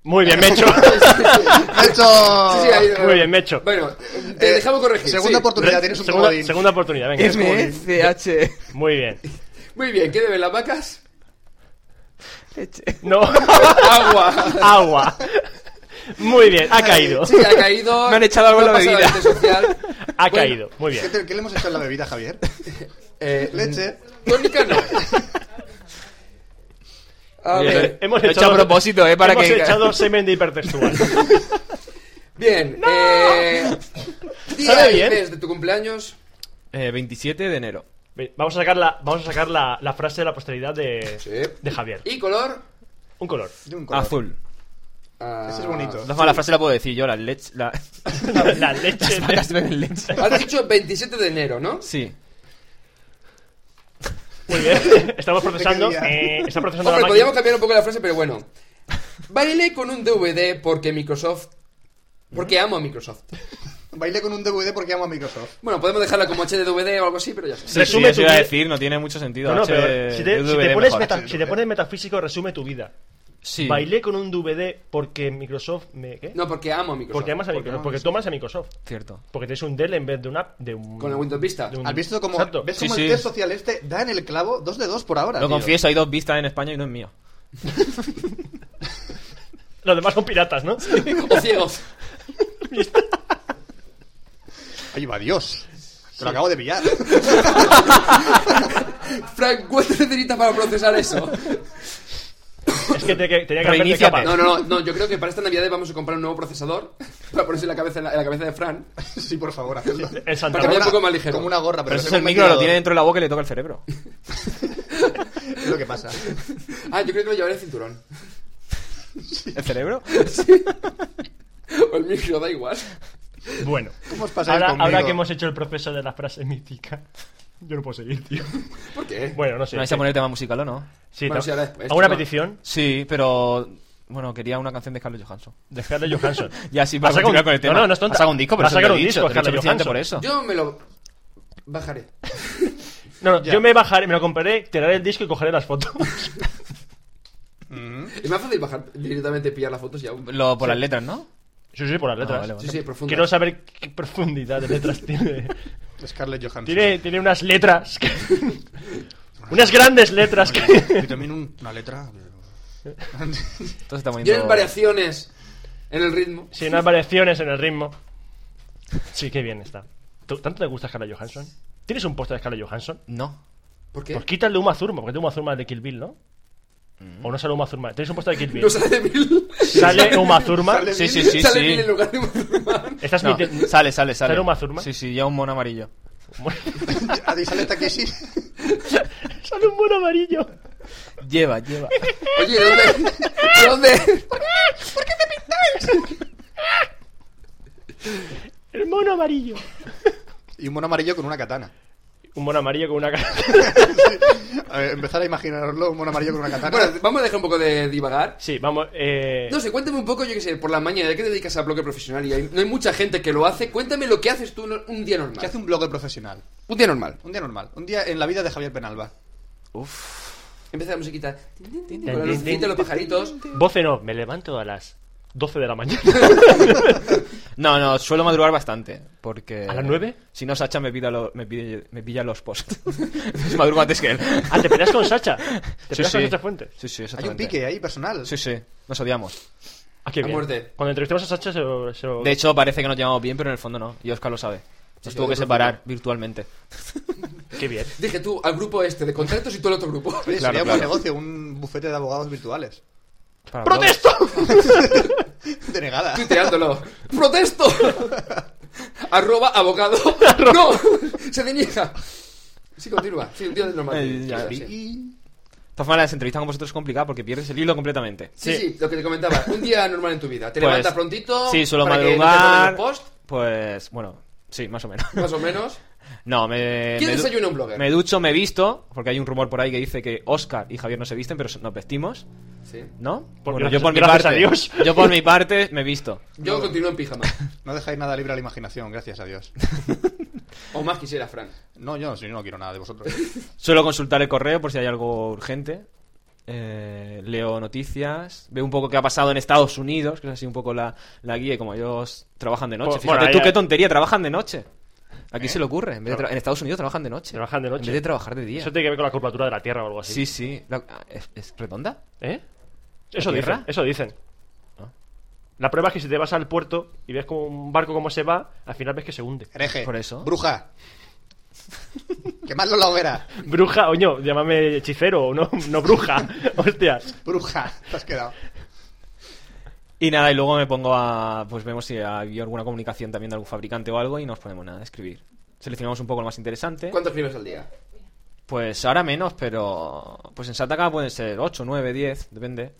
S1: Muy bien, Mecho.
S4: ¡Mecho!
S2: Sí, sí, ahí-
S1: Muy bien, Mecho.
S2: Bueno, te
S4: Eh,
S2: dejamos corregir.
S4: Segunda
S2: sí.
S4: oportunidad, tienes un
S1: segunda,
S4: comodín.
S1: segunda oportunidad, venga.
S3: E M-E-C-H.
S1: Muy bien.
S2: Muy bien, ¿qué deben las vacas?
S1: No,
S2: Agua.
S1: agua. Muy bien, ha caído.
S2: Sí, ha caído.
S3: Me han echado algo en
S2: No
S3: la
S2: ha pasado
S3: bebida.
S2: el test social.
S1: Ha
S2: Bueno,
S1: caído, muy
S4: ¿Qué,
S1: bien.
S4: te- qué le hemos hecho en la bebida, Javier?
S2: eh,
S4: Leche.
S2: Tónica no. A
S3: Oye,
S2: ver.
S1: Eh, Hemos
S3: Lo he hecho a propósito, ¿eh? Para
S1: hemos
S3: que-
S1: echado semen de hipertextual.
S2: Bien. eh, día
S1: Sale
S2: y
S1: bien.
S2: mes de tu cumpleaños.
S3: Eh, 27 de enero.
S1: Ve, Vamos a sacar la, vamos a sacar la, la frase de la posteridad de,
S2: Sí.
S1: de Javier.
S2: Y color.
S1: Un color.
S4: De un color.
S3: Azul.
S2: ah,
S4: Ese es bonito.
S3: No, la frase la puedo decir yo, la leche. La...
S1: La leche.
S3: Las vacas beben leche.
S2: Has dicho 27 de enero, ¿no?
S3: Sí.
S1: Muy bien. Estamos
S4: qué
S1: procesando.
S4: día?
S1: eh, está procesando
S2: Hombre,
S1: la máquina.
S2: podríamos cambiar un poco la frase, pero bueno. Bailé con un DVD porque Microsoft. Porque amo a Microsoft.
S4: Bailé con un DVD porque amo a Microsoft.
S2: Bueno, podemos dejarla como HDVD o algo así, pero ya está.
S3: Sí, sí,
S1: Resume
S3: eso
S1: tu
S3: iba a
S1: vida.
S3: decir, no tiene mucho sentido.
S1: No, no,
S3: H-
S1: pero si te, si
S3: DVD
S1: te pones
S3: mejor.
S1: meta- si te pones metafísico, resume tu vida.
S3: Sí.
S1: Bailé con un DVD porque Microsoft me. ¿Qué?
S2: No, porque amo a Microsoft.
S1: porque amas a Microsoft. Porque tú amas a Microsoft.
S3: Cierto.
S1: Porque tienes un Dell en vez de una. De un,
S2: Con la Windows Vista.
S1: de un-
S4: ¿Has visto cómo,
S1: Exacto.
S4: ¿ves
S3: Sí,
S4: cómo
S3: sí.
S4: el test social este da en el clavo? Dos de dos por ahora.
S3: Lo
S4: tío.
S3: confieso, hay dos vistas en España y uno es mío.
S1: Los demás son piratas, ¿no?
S2: O Oh, ciegos.
S4: Ahí va Dios. Te lo acabo de pillar.
S2: Frank, ¿cuánto necesitas para procesar eso?
S1: es que tenía que, tenía que cambiar de
S3: Reiníciate.
S1: capa.
S2: No, no, no, no, yo creo que para esta Navidad vamos a comprar un nuevo procesador para ponerse en la cabeza, en la, en la cabeza de Fran.
S4: sí, por favor, hazlo.
S1: El Santa
S2: Para cambiar
S4: Como
S1: Mónica.
S2: un poco más ligero.
S4: Como una gorra, pero,
S3: Pero eso
S4: se
S3: es el
S4: come
S3: micro, lo
S4: ventilador.
S3: tiene dentro de la boca y le toca el cerebro.
S4: Es lo que pasa.
S2: Ah, yo creo que lo llevaré el cinturón.
S3: ¿El cerebro?
S2: O el micro, da igual.
S1: Bueno.
S4: ¿Cómo os pasáis
S1: Ahora,
S4: conmigo?
S1: ahora que hemos hecho el proceso de la frase mítica, yo no puedo seguir, tío.
S2: ¿Por qué?
S1: Bueno, no sé.
S3: ¿No vais
S1: sí.
S3: a poner tema musical o no?
S1: Sí,
S2: Bueno,
S1: tam-
S2: sí, ahora después.
S1: a una
S2: No.
S1: petición
S3: Sí, pero. Bueno, quería una canción de Carlos Johansson.
S1: de Scarlett Johansson.
S3: Ya, sí, para
S1: Ha sacado
S3: continuar
S1: un-
S3: con el tema.
S1: No, no, no es tonta.
S3: Ha sacado un disco, pero
S1: Ha
S3: eso te
S1: sacado
S3: lo he
S1: un
S3: dicho,
S1: disco,
S3: te lo he dicho
S1: Scarlett
S3: precisamente
S1: Johansson.
S3: por
S2: Yo
S3: eso.
S2: me lo bajaré.
S1: No, no,
S4: Ya.
S1: yo me bajaré, me lo compraré, tiraré el disco y cogeré las fotos.
S4: Mm.
S2: Es más fácil bajar directamente pillar las fotos y aún.
S3: Lo, por las letras, ¿no?
S1: sí, sí, por las letras.
S3: vale, vale.
S2: Sí, sí, profundo.
S1: Quiero saber qué profundidad de letras tiene.
S4: Scarlett Johansson.
S1: tiene, tiene unas letras. que- unas grandes letras. que-
S4: Y también un- una letra.
S3: Entonces estamos
S2: Tienen variaciones en el ritmo.
S1: sí, unas variaciones en el ritmo. Sí, qué bien está. ¿Tú- ¿Tanto te gusta Scarlett Johansson? ¿Tienes un póster de Scarlett Johansson?
S3: No.
S2: ¿Por qué?
S1: Pues quítale Uma Thurman, porque tiene Uma Thurman de Kill Bill, ¿no? O no sale Uma Thurman. ¿Tenéis un puesto de Kill Bill?
S2: Mm. No sale de mil.
S1: sale Uma Thurman.
S4: Sale-
S3: Sí, sí, sí.
S2: sale
S3: sí.
S2: mil en lugar de Musulmán.
S1: Estás
S3: No,
S1: mintiendo.
S3: sale, sale, sale.
S1: ¿Sale Uma Thurman?
S3: Sí, sí, ya un mono amarillo.
S4: Ahí sale Takeshi.
S1: sale un mono amarillo.
S3: Lleva, lleva.
S2: Oye, ¿de ¿dónde? ¿De dónde?
S1: El mono amarillo.
S4: Y un mono amarillo con una katana.
S1: Un mono amarillo con una cara.
S4: A ver, empezar a imaginarlo, un mono amarillo con una katana.
S2: Bueno, vamos a dejar un poco de divagar.
S1: Sí, vamos. Eh...
S2: No sé, cuéntame un poco, yo qué sé, por la mañana, ¿de qué te dedicas al bloque profesional? Y hay- no hay mucha gente que lo hace. Cuéntame lo que haces tú no- un día normal.
S4: ¿Qué hace un blogger profesional?
S2: Un día normal.
S4: Un día normal. Un día en la vida de Javier Penalba.
S2: Empieza la musiquita. Con la lucecita, los pajaritos.
S1: Voz en off, me levanto a las 12 de la mañana.
S3: No, no, suelo madrugar bastante. Porque.
S1: ¿A las nueve?
S3: Si no, Sacha me, pida lo- me, pide- me pilla los posts. Entonces madrugo antes que él.
S1: Ah, te peleas con Sacha. Te peleas con Sacha Fuentes.
S3: Sí, sí,
S4: Hay un
S3: exactamente.
S4: pique ahí personal.
S3: Sí, sí, nos odiamos.
S1: Ah, qué
S2: A
S1: bien.
S2: muerte.
S1: Cuando entrevistemos a Sacha se lo. se lo-
S3: De hecho, parece que nos llevamos bien, pero en el fondo no. Y Oscar lo sabe. Nos
S2: Sí,
S3: tuvo
S2: yo
S3: que
S2: creo
S3: separar virtualmente.
S1: Qué bien.
S2: Dije tú al grupo este de contratos y tú al otro grupo.
S4: Oye,
S3: Claro,
S4: sería
S3: claro.
S4: un buen negocio, un bufete de abogados virtuales.
S3: Para
S1: ¡Protesto!
S4: Denegada.
S2: Tuiteándolo. ¡Protesto! Arroba abogado. ¡No! Se deniega. Sí, continúa. Sí, un día normal.
S3: Eh, ya,
S2: Sí, sí.
S4: Y-
S3: De todas maneras, entrevistar con vosotros es complicado porque pierdes el hilo completamente.
S2: Sí, sí, lo que te comentaba. Un día normal en tu vida. Te
S3: Pues,
S2: levantas prontito.
S3: Sí, suelo
S2: para que no te
S3: madrugar.
S2: pongan los post,
S3: Pues, bueno, sí, más o menos.
S2: más o menos.
S3: No, me.
S2: ¿Quién
S3: me du-
S2: desayuna un blogger?
S3: Me ducho, me visto, porque hay un rumor por ahí que dice que Oscar y Javier no se visten, pero nos vestimos,
S2: Sí.
S3: ¿no?
S1: Por-
S3: Bueno,
S1: gracias-
S3: yo por mi
S1: gracias
S3: parte.
S1: a Dios.
S3: Yo por mi parte me visto.
S2: Yo continúo en pijama.
S4: No dejáis nada libre a la imaginación, gracias a Dios.
S2: O más quisiera, Fran.
S4: No, yo, si yo no quiero nada de vosotros.
S3: Suelo consultar el correo por si hay algo urgente. Eh, leo noticias, veo un poco qué ha pasado en Estados Unidos, que es así un poco la, la guía, y como ellos trabajan de noche.
S1: Pues,
S3: Fíjate
S1: bueno,
S3: tú
S1: ahí-
S3: qué tontería, trabajan de noche. Aquí se le ocurre. En, vez de tra- en Estados Unidos trabajan de noche.
S1: Trabajan de noche.
S3: En vez de trabajar de día.
S1: Eso tiene que ver con la curvatura de la Tierra o algo así.
S3: Sí, sí. La- ah, ¿es, es redonda?
S1: ¿Eh? Eso
S3: ¿La
S1: dicen,
S3: Tierra?
S1: eso dicen.
S3: Ah.
S1: La prueba es que si te vas al puerto y ves como un barco cómo se va, al final ves que se hunde.
S4: Hereje.
S3: Por eso.
S4: Bruja. Quemadlo en la hoguera.
S1: Bruja, oño, llámame hechicero, no, no bruja. Hostias.
S4: Bruja. Te has quedado.
S3: Y nada, y luego me pongo a. Pues vemos si hay alguna comunicación también de algún fabricante o algo y nos ponemos nada a escribir. Seleccionamos un poco lo más interesante.
S2: ¿Cuánto escribes al día?
S3: Pues ahora menos, pero. Pues en Sataka pueden ser 8, 9, 10, depende.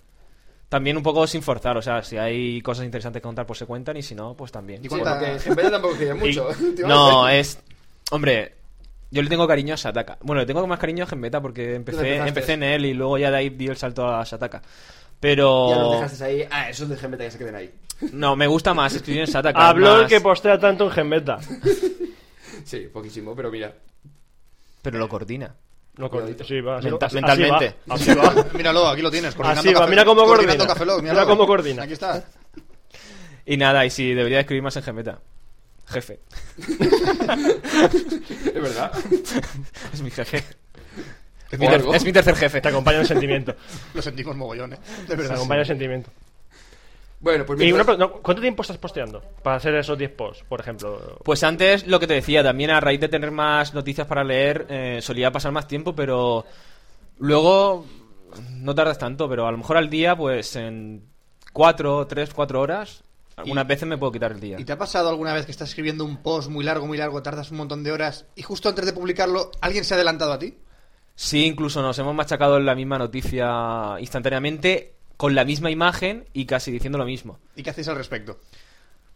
S3: También un poco sin forzar, o sea, si hay cosas interesantes que contar, pues se cuentan y si no, pues también.
S4: ¿Y
S2: Sí,
S4: cuánta-
S2: porque en vez tampoco escribes
S3: Y-
S2: mucho. Te vas a
S3: no,
S2: hacer-
S3: eh, es. Hombre, yo le tengo cariño a Shataka. Bueno, le tengo más cariño a Gembeta porque empecé,
S2: empezaste.
S3: empecé en él y luego ya de ahí di el salto a Shataka.
S2: Ya nos
S3: Pero.
S2: dejaste ahí. Ah, esos de GMT que se queden ahí.
S3: No, me gusta más escribir en Shataka.
S1: Habló el
S3: más-
S1: que postea tanto en Genbeta.
S2: Sí, poquísimo, pero mira.
S3: Pero lo coordina.
S1: No, con- sí, va, así
S3: Menta-
S1: va.
S3: mentalmente.
S1: Así va. Así va.
S4: Míralo, aquí lo tienes. coordinando
S1: Así va,
S4: Café-
S1: mira cómo
S4: coordinando
S1: coordina.
S4: Café Lock,
S1: Mira
S4: míralo.
S1: cómo coordina.
S4: Aquí está.
S3: Y nada, y si debería escribir más en Gembeta. Jefe.
S2: Es verdad.
S3: Es mi jefe.
S2: O
S3: Es mi, ter-
S2: algo.
S3: es mi tercer jefe.
S1: Te acompaña el sentimiento.
S4: Lo sentimos mogollón, ¿eh? De
S1: Te
S4: verdad.
S1: acompaña el sentimiento.
S2: Bueno, pues
S1: Y una pro-
S2: mientras-
S1: no, ¿Cuánto tiempo estás posteando? Para hacer esos 10 posts, por ejemplo.
S3: Pues antes, lo que te decía, también a raíz de tener más noticias para leer, eh, solía pasar más tiempo, pero luego no tardas tanto, pero a lo mejor al día, pues en cuatro, tres, cuatro horas, algunas
S4: Y-
S3: veces me puedo quitar el día.
S4: ¿Y te ha pasado alguna vez que estás escribiendo un post muy largo, muy largo, tardas un montón de horas y justo antes de publicarlo alguien se ha adelantado a ti?
S3: Sí, incluso nos hemos machacado en la misma noticia instantáneamente, con la misma imagen y casi diciendo lo mismo.
S4: ¿Y qué hacéis al respecto?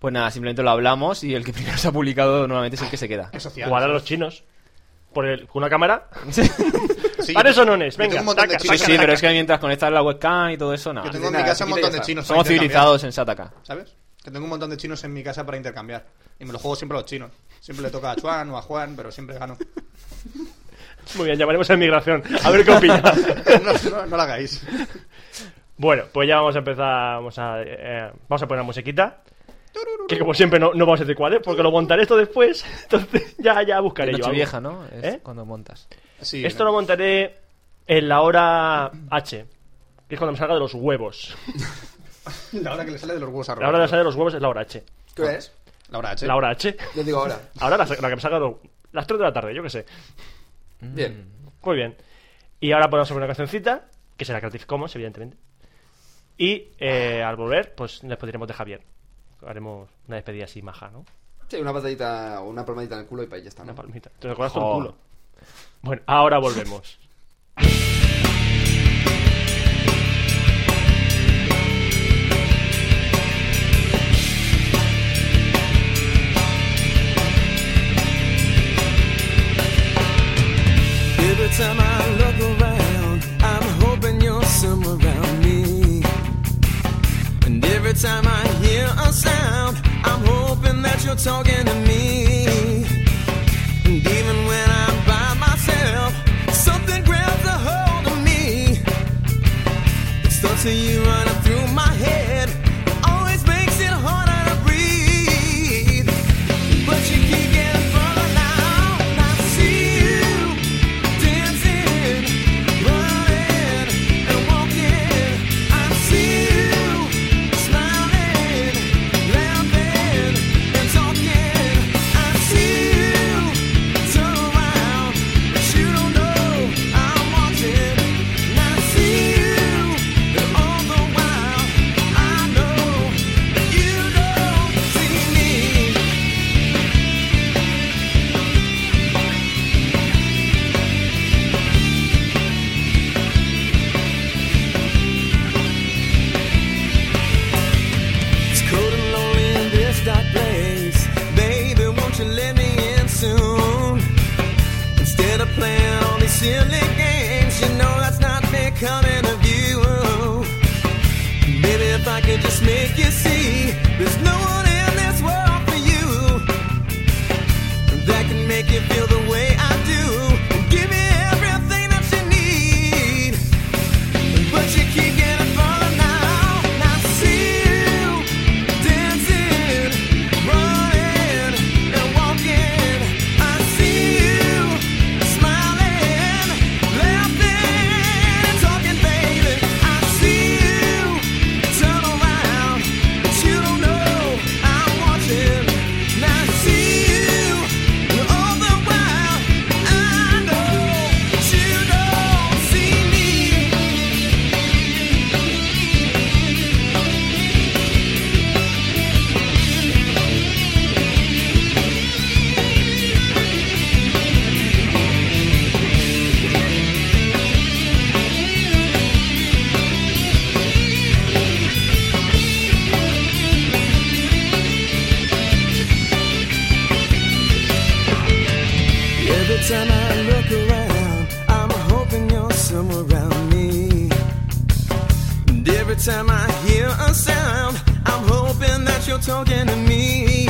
S3: Pues nada, simplemente lo hablamos y el que primero se ha publicado normalmente es el que se queda.
S4: Es social.
S1: Jugar a los chinos. Por el- con una cámara.
S4: Sí,
S1: Para
S4: yo-
S1: sonones,
S4: yo
S1: venga,
S4: tengo un montón de
S1: taca,
S3: Sí,
S4: chinos.
S3: sí, pero es que mientras conectas la webcam y todo eso, nada.
S4: Yo tengo en
S2: Nada,
S4: mi casa
S2: aquí
S4: un
S2: te
S4: montón de
S2: quejas.
S4: chinos. para
S3: Somos
S4: intercambiar,
S3: civilizados en Sataka.
S4: ¿Sabes? Que tengo un montón de chinos en mi casa para intercambiar. Y me lo juego siempre a los chinos. Siempre le toca a Chuan o a Juan, pero siempre gano.
S1: Muy bien, llamaremos a inmigración. A ver qué opina.
S4: No, no, no lo hagáis.
S1: bueno, pues ya vamos a empezar. Vamos a, eh, vamos a poner la musiquita. Que como siempre no, no vamos a decir cuál es, porque lo montaré esto después. Entonces ya, ya buscaré yo. algo.
S3: vieja, ¿no? Es
S1: ¿Eh?
S3: cuando montas.
S4: Sí,
S1: Esto lo montaré en la hora H, que es cuando me salga de los huevos.
S4: La hora que le sale de los huevos
S1: La
S4: a
S1: hora de
S4: Roberto.
S1: salir de los huevos es la hora H.
S2: ¿Qué hora es?
S4: La hora H.
S1: La hora H.
S2: Yo digo ahora.
S1: Ahora la, la que me salga de los- las 3 de la tarde, yo qué sé.
S2: Bien.
S1: Muy bien. Y ahora ponemos sobre una cancioncita, que será Creative Commons, evidentemente. Y eh, al volver, pues nos pediremos de Javier. Haremos una despedida así maja, ¿no?
S2: Sí, una patadita o una palmadita en el culo y pa- ya está. ¿no?
S1: Una palmita. Te recuerdas con el
S3: Jo.
S1: culo. Bueno, ahora volvemos.
S10: Every time I look around, I'm hoping you're somewhere around me. And every time I hear a sound, I'm hoping that you're talking to me. And even when I'm by myself, something grabs a hold of me. It's thoughts of you running through my head. Always makes it harder to breathe. But you keep getting further now. and I see you. Dancing, running, and walking. I see you smiling, laughing, and talking. I see you turn around, but you don't know I'm watching. I see you, and all the while I know that you don't see me. It's cold and lonely in this dark place. Baby, won't you let me in soon? Instead of playing all these silly games, you know that's not becoming of you. Baby, if I could just make you see, there's no one in this world for you that can make you feel the way I do. Give me everything that you need. But you keep getting further now. And I see you dancing, running, and walking. I see you smiling, laughing, and talking, baby. I see you turn around, but you time I look around, I'm hoping you're somewhere around me. And every time I hear a sound, I'm hoping that you're talking to me.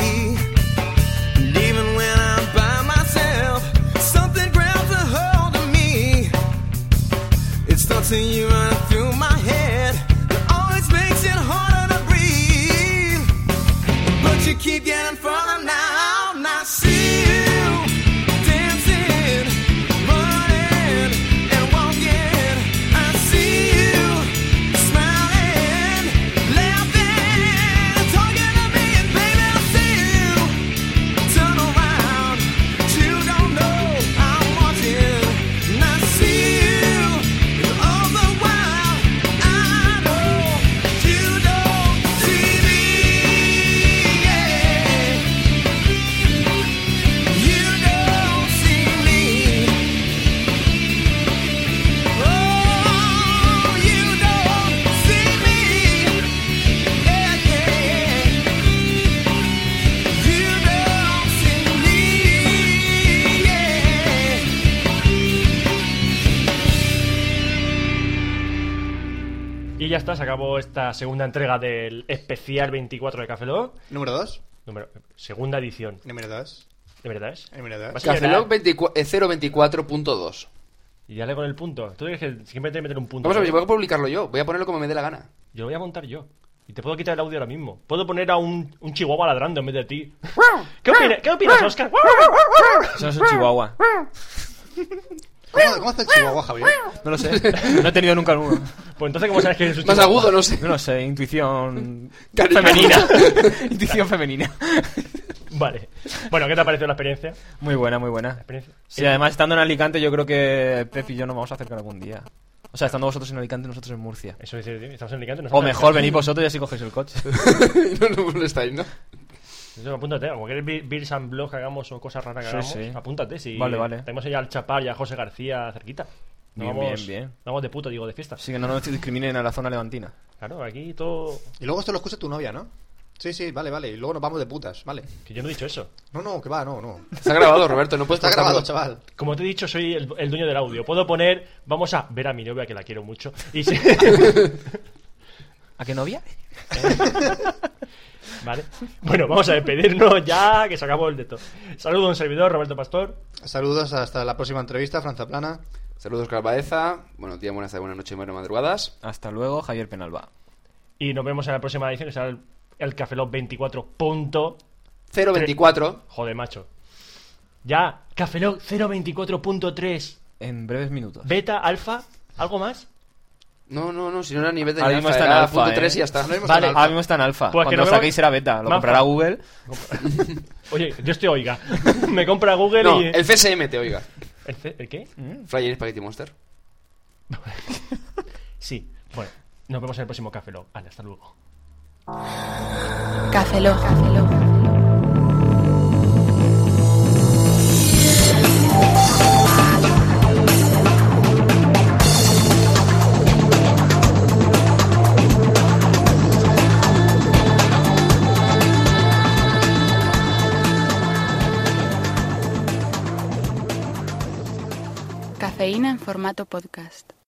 S10: And even when I'm by myself, something grabs a hold of me. It's thoughts of you running through my head that always makes it harder to breathe. But you keep getting further now, and I see you dancing, running, and walking. I see you smiling, laughing, talking to me, and baby, I see you turn around. You don't know I'm watching, and I see you all the while. I know you don't see me. Yeah. You don't see me. Oh, you don't see me. Yeah, yeah. You don't see me. Yeah.
S1: Y ya está, se acabó esta segunda entrega del especial 24 de Café Lock.
S4: Número 2.
S1: Número, segunda edición,
S4: Número 2.
S1: de verdad es.
S4: Número 2.
S1: Vas a
S2: Café
S1: llorar.
S2: Lock 24 eh, 024.2.
S1: Y dale con el punto. Tú tienes que siempre te meter un punto.
S2: Vamos a ver, voy a publicarlo yo. Voy a ponerlo como me dé la gana.
S1: Yo lo voy a montar yo. Y te puedo quitar el audio ahora mismo. Puedo poner a un, un chihuahua ladrando en vez de ti. ¿Qué, opina- qué opinas, Oscar?
S3: Eso no es un chihuahua.
S4: ¿Cómo, ¿Cómo hace el Chihuahua, Javier?
S3: No lo sé. No he tenido nunca uno.
S1: Pues entonces, ¿cómo sabes que eres un
S2: Más
S1: chihuahua?
S2: agudo, no sé.
S3: No lo sé. Intuición
S2: Cariño.
S3: femenina. Intuición femenina.
S1: Vale. Bueno, ¿qué te ha parecido la experiencia?
S3: Muy buena, muy buena.
S1: experiencia.
S3: Sí, además estando en Alicante yo creo que Pep y yo nos vamos a acercar algún día. O sea, estando vosotros en Alicante y nosotros en Murcia.
S1: Eso dice, estamos en Alicante.
S3: O
S1: nosotros-
S3: mejor, venid vosotros y así cogéis el coche.
S2: no nos molestáis, ¿no?
S1: Eso, apúntate. Como quieres ver- ver and blog que hagamos o cosas raras que
S3: Sí,
S1: hagamos,
S3: sí.
S1: apúntate. Si
S3: Vale, vale.
S1: Tenemos ahí al Chapar y a José García cerquita. Nos
S3: Bien,
S1: vamos,
S3: bien, bien.
S1: Vamos de puto, digo, de fiesta.
S3: Así que no nos discriminen a la zona levantina.
S1: Claro, aquí todo.
S4: Y luego esto lo escucha tu novia, ¿no? Sí, sí, vale, vale. Y luego nos vamos de putas, vale.
S1: Que yo no he dicho eso.
S4: No, no, que va, no, no.
S2: Está grabado, Roberto. No puedes
S4: Está grabado,
S2: cortarlo.
S4: chaval.
S1: Como te he dicho, soy el, el dueño del audio. Puedo poner, vamos a ver a mi novia que la quiero mucho. Y si-
S3: ¿A qué novia?
S1: vale. Bueno, vamos a despedirnos ya, que se acabó el de todo. Saludos a un servidor, Roberto Pastor.
S4: Saludos, hasta la próxima entrevista, Franza Plana.
S2: Saludos, Calvaeza. Buenos días, buenas tardes, buenas noches, buenas madrugadas.
S3: Hasta luego, Javier Penalba.
S1: Y nos vemos en la próxima edición, que será el, el Café Lock 24. Punto.
S2: 024.
S1: Joder, macho. Ya, Café Lock 024.3.
S3: En breves minutos.
S1: Beta, alfa, ¿algo más?
S2: No, no, no. Si no era ni beta ni
S3: Ahora mismo
S2: alfa,
S3: está en
S2: era
S3: alfa,
S2: punto
S3: ¿eh?
S2: 3 y ya está.
S4: Ahora mismo
S1: Vale.
S4: está en
S3: Ahora
S4: alfa.
S3: mismo está en
S1: Pues
S3: alfa.
S1: que
S3: Cuando
S1: no
S3: lo
S1: me-
S3: saquéis será beta. Lo
S1: Manfa.
S3: comprará Google.
S1: Oye, Dios te oiga. Me compra Google
S2: No,
S1: y.
S2: el FSM te oiga.
S1: ¿El C- el qué?
S2: Flyer Spaghetti Monster.
S1: Sí. Bueno, nos vemos en el próximo Café Lock. Vale, hasta luego.
S8: Café Lock. Cafeína en formato podcast.